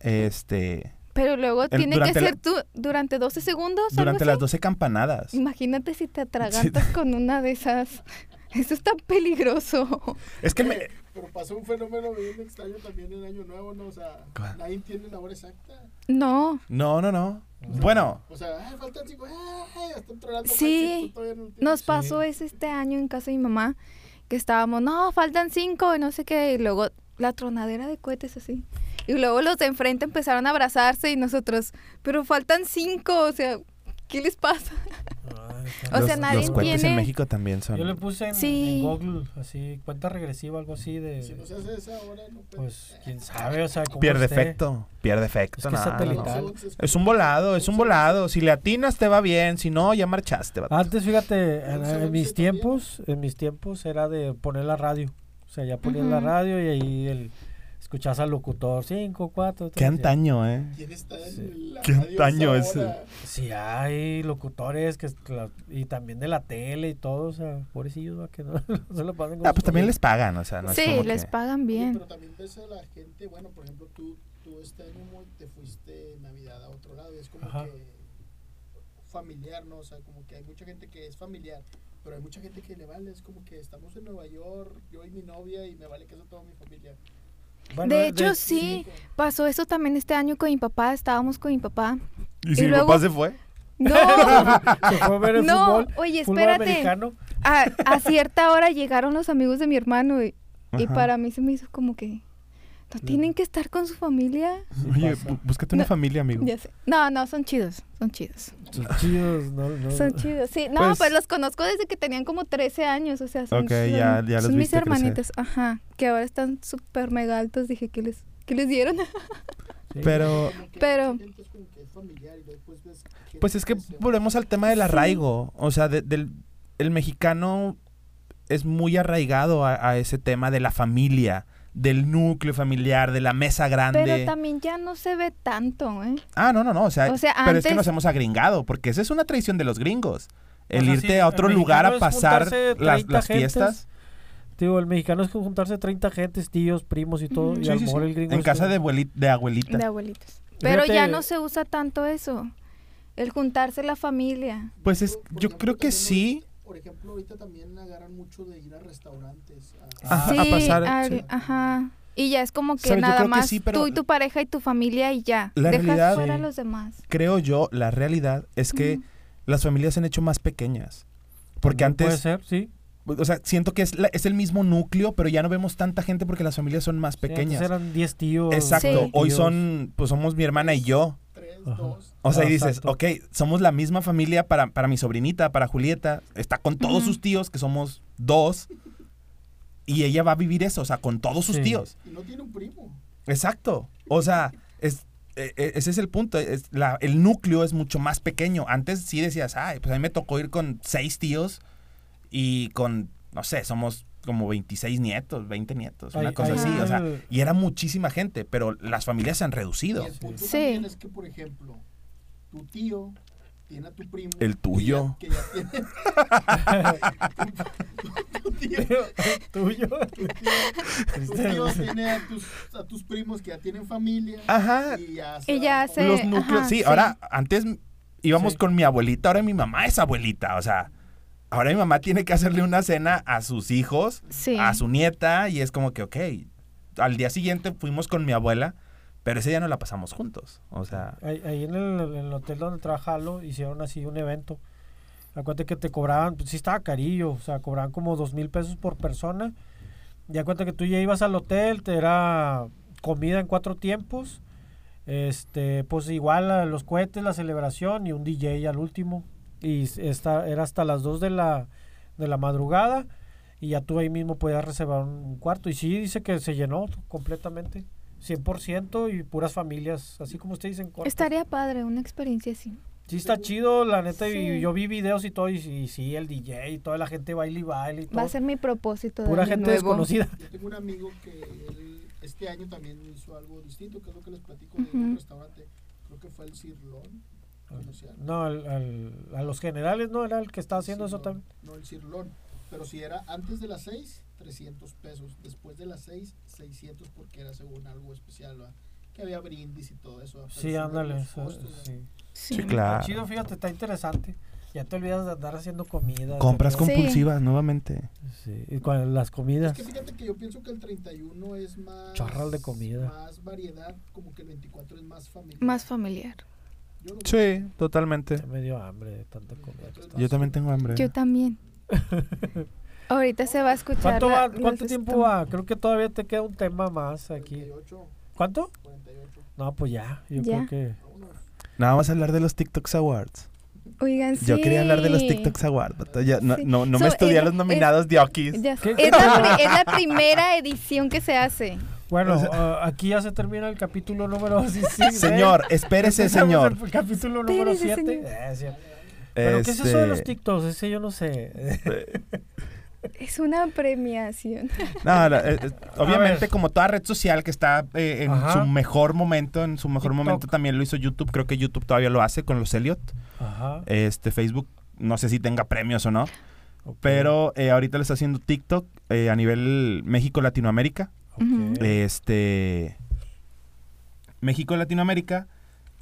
[SPEAKER 2] Este.
[SPEAKER 3] Pero luego tiene que
[SPEAKER 2] durante la-
[SPEAKER 3] ser tú durante 12 segundos. algo
[SPEAKER 2] Durante
[SPEAKER 3] así.
[SPEAKER 2] las 12 campanadas.
[SPEAKER 3] Imagínate si te atragantas con una de esas. <laughs> Eso está
[SPEAKER 2] <laughs>
[SPEAKER 3] peligroso.
[SPEAKER 2] Es que me-
[SPEAKER 4] Pero pasó un fenómeno bien extraño también en Año Nuevo, ¿no? O sea,
[SPEAKER 2] ¿Cuál?
[SPEAKER 4] nadie tiene la hora exacta.
[SPEAKER 3] No,
[SPEAKER 2] No, no, no. Bueno,
[SPEAKER 4] O sea, "Ay, faltan cinco, ay, ya están tronando
[SPEAKER 3] Sí.
[SPEAKER 4] más, y tú todavía no tienes".
[SPEAKER 3] nos pasó eso este año en casa de mi mamá, que estábamos, no, faltan cinco y no sé qué, y luego la tronadera de cohetes así. Y luego los de enfrente empezaron a abrazarse y nosotros, pero faltan cinco, o sea, ¿qué les pasa?
[SPEAKER 1] Ay,
[SPEAKER 3] O
[SPEAKER 2] los,
[SPEAKER 3] sea, nadie
[SPEAKER 2] los cohetes en
[SPEAKER 3] tiene-
[SPEAKER 2] México también son.
[SPEAKER 1] Yo le puse en,
[SPEAKER 3] Sí.
[SPEAKER 1] en Google, así, cuenta regresiva, algo así de...
[SPEAKER 4] Si no se hace esa hora, no puede.
[SPEAKER 1] Pues, quién sabe, o sea, como
[SPEAKER 2] Pierde
[SPEAKER 1] esté.
[SPEAKER 2] efecto. Pierde efecto.
[SPEAKER 1] Es que es
[SPEAKER 2] nada,
[SPEAKER 4] Once,
[SPEAKER 1] satelital.
[SPEAKER 2] no.
[SPEAKER 4] once,
[SPEAKER 2] Es un volado, es un volado. Si le atinas te va bien, si no, ya marchaste. vato.
[SPEAKER 1] Antes, fíjate, en,
[SPEAKER 4] Once,
[SPEAKER 1] en
[SPEAKER 4] once
[SPEAKER 1] mis
[SPEAKER 4] también.
[SPEAKER 1] tiempos, en mis tiempos era de poner la radio. O sea, ya ponías la
[SPEAKER 3] Ujú.
[SPEAKER 1] radio y ahí el, escuchabas al locutor, cinco, cuatro...
[SPEAKER 2] Qué
[SPEAKER 1] tres, ya.
[SPEAKER 2] antaño, ¿eh?
[SPEAKER 4] ¿Quién está en
[SPEAKER 1] Sí.
[SPEAKER 4] la
[SPEAKER 2] Qué
[SPEAKER 4] radio
[SPEAKER 2] antaño
[SPEAKER 4] esa
[SPEAKER 2] ese.
[SPEAKER 4] hora?
[SPEAKER 1] Sí, hay locutores que, es- que la- y también de la tele y todo, o sea, pobrecillos, va, que no, <laughs> no se lo pasen con
[SPEAKER 2] Ah,
[SPEAKER 1] sus
[SPEAKER 2] pues también
[SPEAKER 1] familias.
[SPEAKER 2] les pagan, o sea, Ah, no es
[SPEAKER 3] sí,
[SPEAKER 2] como
[SPEAKER 3] les
[SPEAKER 2] que-
[SPEAKER 3] pagan
[SPEAKER 4] Oye,
[SPEAKER 3] bien.
[SPEAKER 4] Pero también ves a la gente, bueno, por ejemplo, tú, tú este año muy- te fuiste en Navidad a otro lado, es como
[SPEAKER 1] Ajá.
[SPEAKER 4] que familiar, ¿no? O sea, como que hay mucha gente que es familiar, pero hay mucha gente que le vale, es como que estamos en Nueva York, yo y mi novia y me vale que eso toda mi familia.
[SPEAKER 1] Bueno,
[SPEAKER 3] de hecho, sí,
[SPEAKER 4] sí.
[SPEAKER 3] pasó eso también este año con mi papá, estábamos con mi papá.
[SPEAKER 2] ¿Y si
[SPEAKER 3] Y
[SPEAKER 2] mi
[SPEAKER 3] luego-
[SPEAKER 2] papá se <laughs> fue?
[SPEAKER 3] No,
[SPEAKER 1] <laughs> Se fue a ver el
[SPEAKER 3] no,
[SPEAKER 1] fútbol,
[SPEAKER 3] oye,
[SPEAKER 1] fútbol
[SPEAKER 3] espérate.
[SPEAKER 1] americano.
[SPEAKER 3] a, a cierta hora llegaron los amigos de mi hermano y, y
[SPEAKER 2] Ajá.
[SPEAKER 3] para mí se me hizo como que No tienen que estar con su familia.
[SPEAKER 5] Oye,
[SPEAKER 1] pasa.
[SPEAKER 5] bú- búscate una
[SPEAKER 3] No.
[SPEAKER 5] familia, amigo.
[SPEAKER 3] Ya sé. No, no, son chidos, son chidos.
[SPEAKER 1] Son chidos, no, no.
[SPEAKER 3] Son chidos, sí. No,
[SPEAKER 5] Pues-
[SPEAKER 3] pues, los conozco desde que tenían como 13 años, o sea, son,
[SPEAKER 5] Ok, ya-
[SPEAKER 3] son-
[SPEAKER 5] ya los
[SPEAKER 3] son mis
[SPEAKER 5] viste crecer.
[SPEAKER 3] hermanitos, ajá, que ahora están súper mega altos, dije, ¿qué les, qué les dieron?
[SPEAKER 1] Sí.
[SPEAKER 5] Pero,
[SPEAKER 4] Como que
[SPEAKER 3] Pero-
[SPEAKER 4] mucha gente es como que es familiar y después ves que
[SPEAKER 2] Pues es que
[SPEAKER 4] creció.
[SPEAKER 2] volvemos al tema del
[SPEAKER 3] Sí.
[SPEAKER 2] arraigo. O sea, de- del, el mexicano es muy arraigado a, a ese tema de la familia, del núcleo familiar, de la mesa
[SPEAKER 3] Pero
[SPEAKER 2] grande.
[SPEAKER 3] también ya no se ve tanto, ¿eh?
[SPEAKER 2] ah, no, no, no. O sea,
[SPEAKER 3] O sea,
[SPEAKER 2] pero es que
[SPEAKER 3] antes-
[SPEAKER 2] nos hemos agringado, porque esa es una tradición de los gringos. El
[SPEAKER 1] O sea,
[SPEAKER 2] irte
[SPEAKER 1] sí,
[SPEAKER 2] a
[SPEAKER 1] el
[SPEAKER 2] otro lugar a
[SPEAKER 1] mexicano es
[SPEAKER 2] pasar
[SPEAKER 1] juntarse
[SPEAKER 2] las,
[SPEAKER 1] 30
[SPEAKER 2] las
[SPEAKER 1] gentes.
[SPEAKER 2] fiestas.
[SPEAKER 1] Te Digo, el mexicano es que juntarse 30 gentes, tíos, primos y todo.
[SPEAKER 3] Ujú.
[SPEAKER 1] Y
[SPEAKER 2] Sí,
[SPEAKER 1] a lo
[SPEAKER 2] sí,
[SPEAKER 1] mejor
[SPEAKER 2] sí.
[SPEAKER 1] el gringo.
[SPEAKER 2] En
[SPEAKER 1] es
[SPEAKER 2] casa
[SPEAKER 1] como-
[SPEAKER 2] de, abueli- de abuelita.
[SPEAKER 3] De abuelitos. Pero
[SPEAKER 1] Fíjate-
[SPEAKER 3] ya no se usa tanto eso, el juntarse la familia.
[SPEAKER 2] Pues es,
[SPEAKER 4] Por
[SPEAKER 2] yo
[SPEAKER 4] ejemplo,
[SPEAKER 2] creo que
[SPEAKER 4] también
[SPEAKER 2] sí.
[SPEAKER 4] ahorita- Por ejemplo, ahorita también agarran mucho de ir a restaurantes. Ah, a-
[SPEAKER 2] Ajá,
[SPEAKER 3] sí,
[SPEAKER 2] a pasar-
[SPEAKER 3] al-
[SPEAKER 2] sí.
[SPEAKER 3] ajá. Y ya es como que
[SPEAKER 2] Sabe, yo creo
[SPEAKER 3] nada
[SPEAKER 2] que
[SPEAKER 3] más
[SPEAKER 2] sí, pero-
[SPEAKER 3] tú y tu pareja y tu familia y ya.
[SPEAKER 2] La
[SPEAKER 3] Dejas
[SPEAKER 2] realidad-
[SPEAKER 3] fuera a
[SPEAKER 1] Sí.
[SPEAKER 3] los demás.
[SPEAKER 2] creo yo, la realidad es que
[SPEAKER 3] Ujú.
[SPEAKER 2] las familias se han hecho más pequeñas. Porque
[SPEAKER 1] También
[SPEAKER 2] antes,
[SPEAKER 1] Puede ser, sí.
[SPEAKER 2] o sea, siento que es, la- es el mismo núcleo, pero ya no vemos tanta gente porque las familias son más
[SPEAKER 1] Sí, antes
[SPEAKER 2] pequeñas.
[SPEAKER 1] eran 10 tíos.
[SPEAKER 2] Exacto,
[SPEAKER 3] Sí.
[SPEAKER 2] hoy
[SPEAKER 1] tíos. <laughs>
[SPEAKER 2] son, <laughs> pues somos mi hermana y yo.
[SPEAKER 4] Tres,
[SPEAKER 1] Ajá.
[SPEAKER 4] dos.
[SPEAKER 2] O sea,
[SPEAKER 1] Ah,
[SPEAKER 2] y dices,
[SPEAKER 1] exacto.
[SPEAKER 2] ok, somos la misma familia para, para mi sobrinita, para Julieta, está con todos
[SPEAKER 3] Ujú.
[SPEAKER 2] sus tíos, que somos dos, y ella va a vivir eso, o sea, con todos sus
[SPEAKER 1] Sí.
[SPEAKER 2] tíos.
[SPEAKER 4] Y no tiene un primo.
[SPEAKER 2] Exacto. O sea, es, e- e- ese es el punto. es la- el núcleo es mucho más pequeño. Antes sí decías, ay, pues a mí me tocó ir con seis tíos y con, no sé, somos como 26 nietos, 20 nietos, una
[SPEAKER 1] Ahí-
[SPEAKER 2] cosa
[SPEAKER 1] ahí
[SPEAKER 2] así.
[SPEAKER 1] está
[SPEAKER 2] O sea,
[SPEAKER 1] el-
[SPEAKER 2] y era muchísima gente, pero las familias se han reducido.
[SPEAKER 4] Y el punto
[SPEAKER 3] Sí.
[SPEAKER 4] también es que, por ejemplo, tu tío tiene a tu primo.
[SPEAKER 2] El tuyo.
[SPEAKER 4] Que ya, que ya tiene. tu, tío,
[SPEAKER 1] <laughs> tuyo. Este,
[SPEAKER 4] tu tío tiene a tus, a tus primos que ya tienen familia.
[SPEAKER 1] Ah.
[SPEAKER 2] Ajá.
[SPEAKER 4] Y ya se
[SPEAKER 3] Y
[SPEAKER 4] dan
[SPEAKER 3] ya
[SPEAKER 4] cuenta.
[SPEAKER 3] se-
[SPEAKER 2] Los núcleos.
[SPEAKER 3] ajá,
[SPEAKER 2] sí,
[SPEAKER 3] sí.
[SPEAKER 2] ahora, antes íbamos
[SPEAKER 1] Sí.
[SPEAKER 2] con mi abuelita, ahora mi mamá es abuelita. O sea, ahora mi mamá tiene que hacerle una cena a sus hijos
[SPEAKER 3] Sí.
[SPEAKER 2] a Ah, su nieta y es como que, ok, al día siguiente fuimos con mi abuela, pero ese día no la pasamos juntos. O sea,
[SPEAKER 1] Ahí, ahí en, el, en el hotel donde trabaja Lalo, hicieron así un evento. Acuérdate que te cobraban, pues sí estaba carillo, o sea, cobraban como dos mil pesos por persona. Y acuérdate que tú ya ibas al hotel, te era comida en cuatro tiempos, este, pues igual a los cohetes, la celebración y un DJ al último. Y s- esta, era hasta las dos de la, de la madrugada y ya tú ahí mismo podías reservar un, un cuarto. Y sí, dice que se llenó completamente. 100% y puras familias, así como ustedes dicen. cortas.
[SPEAKER 3] Estaría padre una experiencia así.
[SPEAKER 1] Sí, está chido, la neta.
[SPEAKER 3] Sí.
[SPEAKER 1] Y yo vi videos y todo, y, y sí, el DJ y toda la gente baila y baila y todo.
[SPEAKER 3] Va a ser mi propósito de
[SPEAKER 1] Pura
[SPEAKER 3] año
[SPEAKER 1] gente
[SPEAKER 3] nuevo.
[SPEAKER 1] desconocida.
[SPEAKER 4] Yo tengo un amigo que él este año también hizo algo distinto, que es lo que les platico de
[SPEAKER 3] Ujú.
[SPEAKER 4] un restaurante. Creo que fue el Cirlón. comercial.
[SPEAKER 1] No, al- al- a los generales, ¿no? Era el que estaba haciendo eso
[SPEAKER 4] Cirlón,
[SPEAKER 1] también.
[SPEAKER 4] No, el cirlón. Pero si era antes de las 6, 300 pesos. Después de las 6, 600 porque era según algo especial, ¿verdad? Que había brindis y todo eso. ¿verdad? Pero
[SPEAKER 1] Sí,
[SPEAKER 4] eran
[SPEAKER 1] ándale.
[SPEAKER 4] los
[SPEAKER 1] eso-
[SPEAKER 4] costos, ¿verdad?
[SPEAKER 1] sí.
[SPEAKER 3] Sí.
[SPEAKER 1] Está
[SPEAKER 5] claro.
[SPEAKER 1] Chido, fíjate, está interesante. Ya te olvidas de andar haciendo comida.
[SPEAKER 5] Compras
[SPEAKER 1] con
[SPEAKER 3] Sí.
[SPEAKER 5] compulsivas nuevamente.
[SPEAKER 1] Sí, y con las
[SPEAKER 4] Es
[SPEAKER 1] comidas.
[SPEAKER 4] que fíjate que yo pienso que el 31 es más...
[SPEAKER 1] Chorral de comida.
[SPEAKER 4] Más variedad, como que el 24 es más familiar.
[SPEAKER 3] Más familiar.
[SPEAKER 4] Yo no-
[SPEAKER 5] Sí, totalmente.
[SPEAKER 1] Ya me dio hambre de tanta comida. que estaba
[SPEAKER 5] Yo también tengo hambre.
[SPEAKER 3] Yo
[SPEAKER 1] <laughs>
[SPEAKER 3] también. Ahorita se va a escuchar.
[SPEAKER 1] ¿Cuánto,
[SPEAKER 3] la-
[SPEAKER 1] va,
[SPEAKER 3] los
[SPEAKER 1] ¿cuánto tiempo
[SPEAKER 3] estom-
[SPEAKER 1] va? Creo que todavía te queda un tema más aquí.
[SPEAKER 4] 48,
[SPEAKER 1] ¿Cuánto?
[SPEAKER 4] 48.
[SPEAKER 1] No, pues ya. Yo
[SPEAKER 3] Ya.
[SPEAKER 1] creo que.
[SPEAKER 4] Vámonos.
[SPEAKER 5] Nada más hablar de los TikToks Awards.
[SPEAKER 3] Oigan, sí.
[SPEAKER 5] Yo quería hablar de los TikToks Awards. vato. Ya- no,
[SPEAKER 3] Sí.
[SPEAKER 5] no, no me
[SPEAKER 3] So, eh,
[SPEAKER 5] estudié
[SPEAKER 3] es-
[SPEAKER 5] los nominados de Okis.
[SPEAKER 3] Ya sé.
[SPEAKER 1] ¿Qué-
[SPEAKER 3] Es, la, pri- es
[SPEAKER 1] <laughs>
[SPEAKER 3] la primera edición que se hace.
[SPEAKER 1] Bueno, ah, aquí ya se termina el capítulo
[SPEAKER 2] <laughs>
[SPEAKER 1] número 16.
[SPEAKER 5] Señor, espérese, señor.
[SPEAKER 1] El capítulo número
[SPEAKER 3] Espérese,
[SPEAKER 1] 7.
[SPEAKER 3] señor.
[SPEAKER 1] ¿Pero qué es eso de los
[SPEAKER 5] Este,
[SPEAKER 1] TikToks? Ese yo no sé.
[SPEAKER 2] este,
[SPEAKER 3] Es una premiación.
[SPEAKER 5] No, no,
[SPEAKER 2] eh, eh,
[SPEAKER 1] A
[SPEAKER 2] obviamente
[SPEAKER 1] ver.
[SPEAKER 2] como toda red social que está eh, en
[SPEAKER 1] Ajá.
[SPEAKER 2] su mejor momento, en su mejor
[SPEAKER 1] TikTok.
[SPEAKER 2] momento también lo hizo YouTube, creo que YouTube todavía lo hace con los Elliot,
[SPEAKER 1] <laughs> Ajá.
[SPEAKER 2] este Facebook, no sé si tenga premios o no,
[SPEAKER 1] ok,
[SPEAKER 2] pero eh, ahorita lo está haciendo TikTok eh, a nivel México Latinoamérica,
[SPEAKER 1] ok.
[SPEAKER 3] Ujú.
[SPEAKER 2] eh, este México Latinoamérica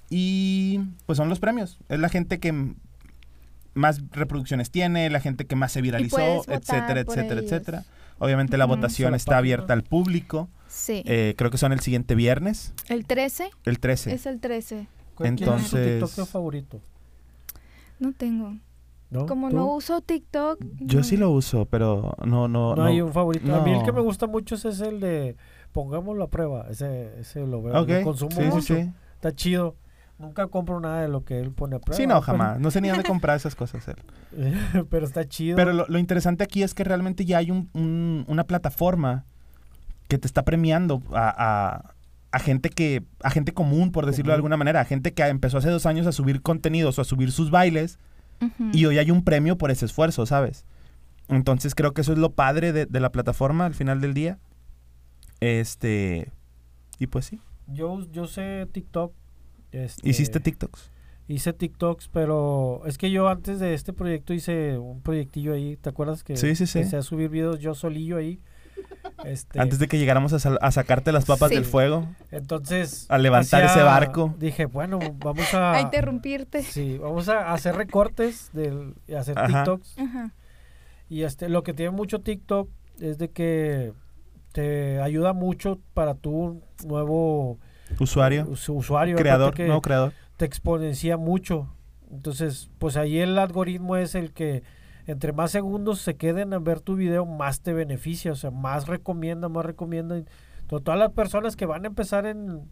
[SPEAKER 2] y pues son los premios, es la gente que m- más reproducciones tiene, la gente que más se viralizó,
[SPEAKER 3] puedes votar
[SPEAKER 2] etcétera,
[SPEAKER 3] por
[SPEAKER 2] etcétera,
[SPEAKER 3] ellos.
[SPEAKER 2] etcétera. Obviamente la
[SPEAKER 3] Ujú.
[SPEAKER 2] votación
[SPEAKER 1] Solo
[SPEAKER 2] está
[SPEAKER 1] página.
[SPEAKER 2] abierta al público.
[SPEAKER 3] <laughs> Sí.
[SPEAKER 2] Eh, creo que son el siguiente viernes,
[SPEAKER 3] el 13
[SPEAKER 2] el 13.
[SPEAKER 3] es el 13.
[SPEAKER 1] ¿Cuál- quién es tu
[SPEAKER 2] entonces-
[SPEAKER 1] TikTok favorito?
[SPEAKER 3] No tengo.
[SPEAKER 1] ¿No?
[SPEAKER 3] Como
[SPEAKER 1] ¿Tú?
[SPEAKER 3] no uso TikTok.
[SPEAKER 5] Yo sí
[SPEAKER 3] no.
[SPEAKER 5] lo uso, pero no, no,
[SPEAKER 1] No,
[SPEAKER 5] no.
[SPEAKER 1] hay un favorito. A mí el que
[SPEAKER 5] no.
[SPEAKER 1] me gusta mucho ese es el de pongámoslo a prueba. Ese, ese lo veo.
[SPEAKER 2] Ok,
[SPEAKER 1] Lo consumo
[SPEAKER 2] sí, sí,
[SPEAKER 1] mucho.
[SPEAKER 2] sí.
[SPEAKER 1] Está chido. Nunca compro nada de lo que él pone a prueba.
[SPEAKER 2] Sí, no,
[SPEAKER 1] pero-
[SPEAKER 2] jamás. No sé ni dónde comprar esas cosas él.
[SPEAKER 1] <laughs> pero está chido.
[SPEAKER 2] Pero lo, lo interesante aquí es que realmente ya hay un- un- una plataforma que te está premiando a, a- a gente que a gente común, por decirlo de
[SPEAKER 1] Común.
[SPEAKER 2] alguna manera, a gente que empezó hace dos años a subir contenidos o a subir sus bailes
[SPEAKER 3] Ujú.
[SPEAKER 2] y hoy hay un premio por ese esfuerzo, ¿sabes? Entonces creo que eso es lo padre de, de la plataforma al final del día. Este y pues sí.
[SPEAKER 1] Yo, yo sé TikTok. este,
[SPEAKER 2] Hiciste TikToks.
[SPEAKER 1] Hice TikToks, pero es que yo antes de este proyecto hice un proyectillo ahí. ¿Te acuerdas que
[SPEAKER 2] Sí, sí, sí.
[SPEAKER 1] empecé a subir videos yo solillo
[SPEAKER 2] <laughs>
[SPEAKER 1] ahí? Este,
[SPEAKER 2] Antes de que llegáramos a, sal- a sacarte las papas
[SPEAKER 3] Sí.
[SPEAKER 2] del fuego.
[SPEAKER 1] entonces
[SPEAKER 2] a levantar ese barco.
[SPEAKER 1] Dije, bueno, vamos a
[SPEAKER 3] A interrumpirte.
[SPEAKER 1] Sí, vamos a hacer recortes del y hacer
[SPEAKER 2] Ajá.
[SPEAKER 1] TikToks
[SPEAKER 3] Ajá.
[SPEAKER 1] y este lo que tiene mucho TikTok es de que te ayuda mucho para tu nuevo
[SPEAKER 2] Usuario.
[SPEAKER 1] us- usuario, aparte
[SPEAKER 2] creador.
[SPEAKER 1] que
[SPEAKER 2] Nuevo creador.
[SPEAKER 1] te exponencia mucho. Entonces, pues ahí el algoritmo es el que entre más segundos se queden a ver tu video, más te beneficia, o sea, más recomienda, más recomienda. Y to- Todas las personas que van a empezar en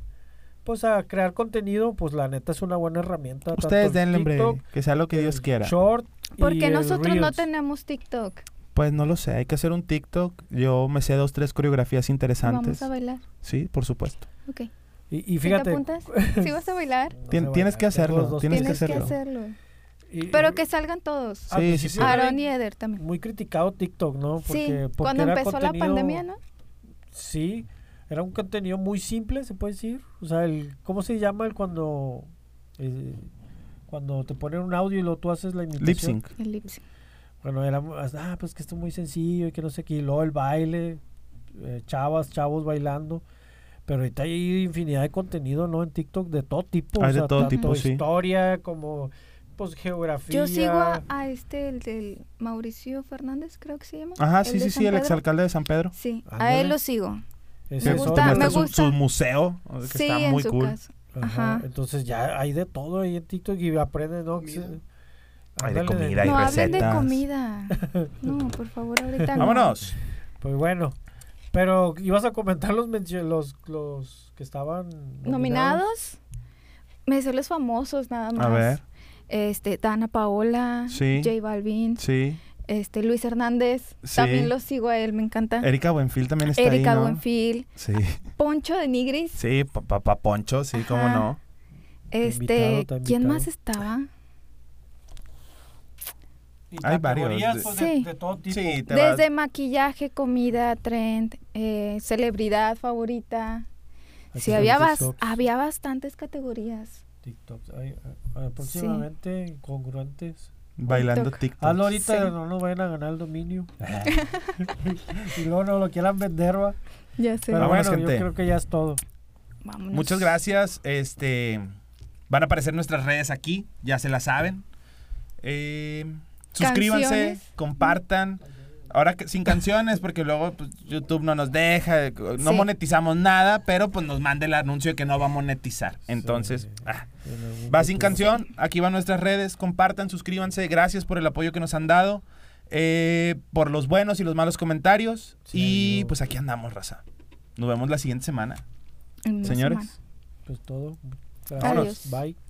[SPEAKER 1] pues a crear contenido, pues la neta es una buena herramienta. tanto
[SPEAKER 2] Ustedes
[SPEAKER 1] el
[SPEAKER 2] denle, hombre,
[SPEAKER 1] TikTok,
[SPEAKER 2] que sea lo que Dios
[SPEAKER 1] el
[SPEAKER 2] quiera.
[SPEAKER 1] Short y
[SPEAKER 3] Porque
[SPEAKER 1] el
[SPEAKER 3] nosotros no
[SPEAKER 1] Reels.
[SPEAKER 3] tenemos TikTok.
[SPEAKER 2] Pues no lo sé, hay que hacer un TikTok. Yo me sé dos, tres coreografías interesantes.
[SPEAKER 3] Vamos a bailar.
[SPEAKER 2] Sí, por supuesto.
[SPEAKER 3] Ok. ¿Sí
[SPEAKER 1] Y, y
[SPEAKER 3] ¿Te
[SPEAKER 1] fíjate.
[SPEAKER 3] <laughs> apuntas? ¿Sí vas a bailar?
[SPEAKER 1] no
[SPEAKER 2] Tien-
[SPEAKER 1] sé,
[SPEAKER 2] tienes
[SPEAKER 1] bueno,
[SPEAKER 2] que
[SPEAKER 1] tengo
[SPEAKER 2] hacerlo,
[SPEAKER 1] los dos
[SPEAKER 2] tienes que
[SPEAKER 1] temas.
[SPEAKER 2] hacerlo.
[SPEAKER 1] Y-
[SPEAKER 3] Pero
[SPEAKER 1] y
[SPEAKER 3] que salgan todos.
[SPEAKER 1] al
[SPEAKER 2] Sí, sí,
[SPEAKER 1] principio
[SPEAKER 2] sí.
[SPEAKER 1] era
[SPEAKER 3] Aaron y Eder también.
[SPEAKER 1] Muy criticado TikTok, ¿no?
[SPEAKER 3] sí,
[SPEAKER 1] Porque, porque
[SPEAKER 3] cuando
[SPEAKER 1] era
[SPEAKER 3] empezó la
[SPEAKER 1] contenido-
[SPEAKER 3] pandemia, ¿no?
[SPEAKER 1] Sí, era un contenido muy simple, se puede decir. O sea, el, ¿cómo se llama el cuando eh, cuando te ponen un audio y luego tú haces la imitación?
[SPEAKER 2] Lip sync.
[SPEAKER 3] El lip sync.
[SPEAKER 1] Bueno, era, mu- ah, pues que esto es muy sencillo y que no sé qué. Y luego el baile, eh, chavas, chavos bailando. Pero ahorita hay infinidad de contenido, ¿no? En TikTok de todo tipo.
[SPEAKER 2] Hay de todo
[SPEAKER 1] tanto
[SPEAKER 2] tipo, sí.
[SPEAKER 1] historia como, pues, geografía.
[SPEAKER 3] Yo sigo a, a este, el del Mauricio Fernández, creo que se llama.
[SPEAKER 2] Ajá, sí,
[SPEAKER 3] de
[SPEAKER 2] sí,
[SPEAKER 3] San
[SPEAKER 2] sí, el
[SPEAKER 3] Pedro.
[SPEAKER 2] exalcalde de San Pedro.
[SPEAKER 3] Sí, a
[SPEAKER 1] Ándale.
[SPEAKER 3] él lo sigo.
[SPEAKER 1] Es
[SPEAKER 3] Me
[SPEAKER 2] Que
[SPEAKER 1] eso,
[SPEAKER 2] te
[SPEAKER 3] gusta, me
[SPEAKER 2] muestra su-
[SPEAKER 3] gusta.
[SPEAKER 2] Su, museo, que
[SPEAKER 3] Sí,
[SPEAKER 2] está
[SPEAKER 3] en
[SPEAKER 2] muy
[SPEAKER 3] su
[SPEAKER 2] cool.
[SPEAKER 3] casa.
[SPEAKER 1] Ajá.
[SPEAKER 3] Ajá.
[SPEAKER 1] Entonces ya hay de todo ahí en TikTok y aprendes, ¿no? Que se-
[SPEAKER 4] Comida.
[SPEAKER 6] Hay de
[SPEAKER 1] Ándale,
[SPEAKER 6] comida, hay
[SPEAKER 3] No hablen de
[SPEAKER 6] recetas.
[SPEAKER 3] comida. No, por favor, ahorita no.
[SPEAKER 2] Vámonos.
[SPEAKER 1] Pues bueno, pero ibas a comentar los mencio- los, los que estaban
[SPEAKER 3] Nominados. Me sé los famosos nada más.
[SPEAKER 2] A ver.
[SPEAKER 3] Este, Dana Paola,
[SPEAKER 2] Sí.
[SPEAKER 3] J Balvin,
[SPEAKER 2] Sí.
[SPEAKER 3] este, Luis Hernández.
[SPEAKER 2] Sí.
[SPEAKER 3] También lo sigo a él, me encanta.
[SPEAKER 2] Erika Buenfil también está
[SPEAKER 3] Erika
[SPEAKER 2] ahí, ¿no?
[SPEAKER 3] Buenfil,
[SPEAKER 2] Sí.
[SPEAKER 3] Poncho de Nigris.
[SPEAKER 2] Sí, pa- pa- pa- Poncho, sí, cómo
[SPEAKER 3] Ajá.
[SPEAKER 2] no.
[SPEAKER 3] Este,
[SPEAKER 1] invitado, está
[SPEAKER 3] ¿quién más
[SPEAKER 1] invitado.
[SPEAKER 3] estaba?
[SPEAKER 1] Y
[SPEAKER 2] Hay varios,
[SPEAKER 1] categorías,
[SPEAKER 2] de-
[SPEAKER 1] pues,
[SPEAKER 3] Sí.
[SPEAKER 1] de, de todo tipo.
[SPEAKER 2] Sí, te vas-
[SPEAKER 3] Desde maquillaje, comida, trend, eh, celebridad favorita.
[SPEAKER 1] Aquí
[SPEAKER 3] Sí,
[SPEAKER 1] están
[SPEAKER 3] había,
[SPEAKER 1] los
[SPEAKER 3] bas-
[SPEAKER 1] TikToks,
[SPEAKER 3] había bastantes categorías.
[SPEAKER 1] TikToks. Ay, ay, próximamente congruentes.
[SPEAKER 2] Bailando
[SPEAKER 3] TikTok.
[SPEAKER 2] TikTok.
[SPEAKER 1] Hazlo ahorita,
[SPEAKER 3] Sí.
[SPEAKER 1] no nos vayan a ganar el dominio.
[SPEAKER 2] Ah.
[SPEAKER 1] <laughs> y luego no lo quieran vender, va.
[SPEAKER 3] Ya
[SPEAKER 1] Pero
[SPEAKER 2] Vámonos,
[SPEAKER 1] bueno,
[SPEAKER 2] gente.
[SPEAKER 1] yo creo que ya es todo.
[SPEAKER 2] Muchas gracias. Este, van a aparecer nuestras redes aquí, ya se las saben. Eh, suscríbanse,
[SPEAKER 3] Canciones.
[SPEAKER 2] compartan. Ahora que, sin canciones, porque luego pues, YouTube no nos deja, eh, no
[SPEAKER 3] Sí.
[SPEAKER 2] monetizamos nada, pero pues nos manda el anuncio de que no va a monetizar. Entonces,
[SPEAKER 1] Sí.
[SPEAKER 2] ah,
[SPEAKER 1] En algún
[SPEAKER 2] va
[SPEAKER 1] futuro.
[SPEAKER 2] sin canción, aquí van nuestras redes, compartan, suscríbanse, gracias por el apoyo que nos han dado, eh, por los buenos y los malos comentarios.
[SPEAKER 1] Sí,
[SPEAKER 2] y
[SPEAKER 1] yo-
[SPEAKER 2] pues aquí andamos, raza. Nos vemos la siguiente semana.
[SPEAKER 3] En una
[SPEAKER 2] Señores.
[SPEAKER 3] semana.
[SPEAKER 1] Pues todo.
[SPEAKER 3] Vámonos.
[SPEAKER 1] Bye.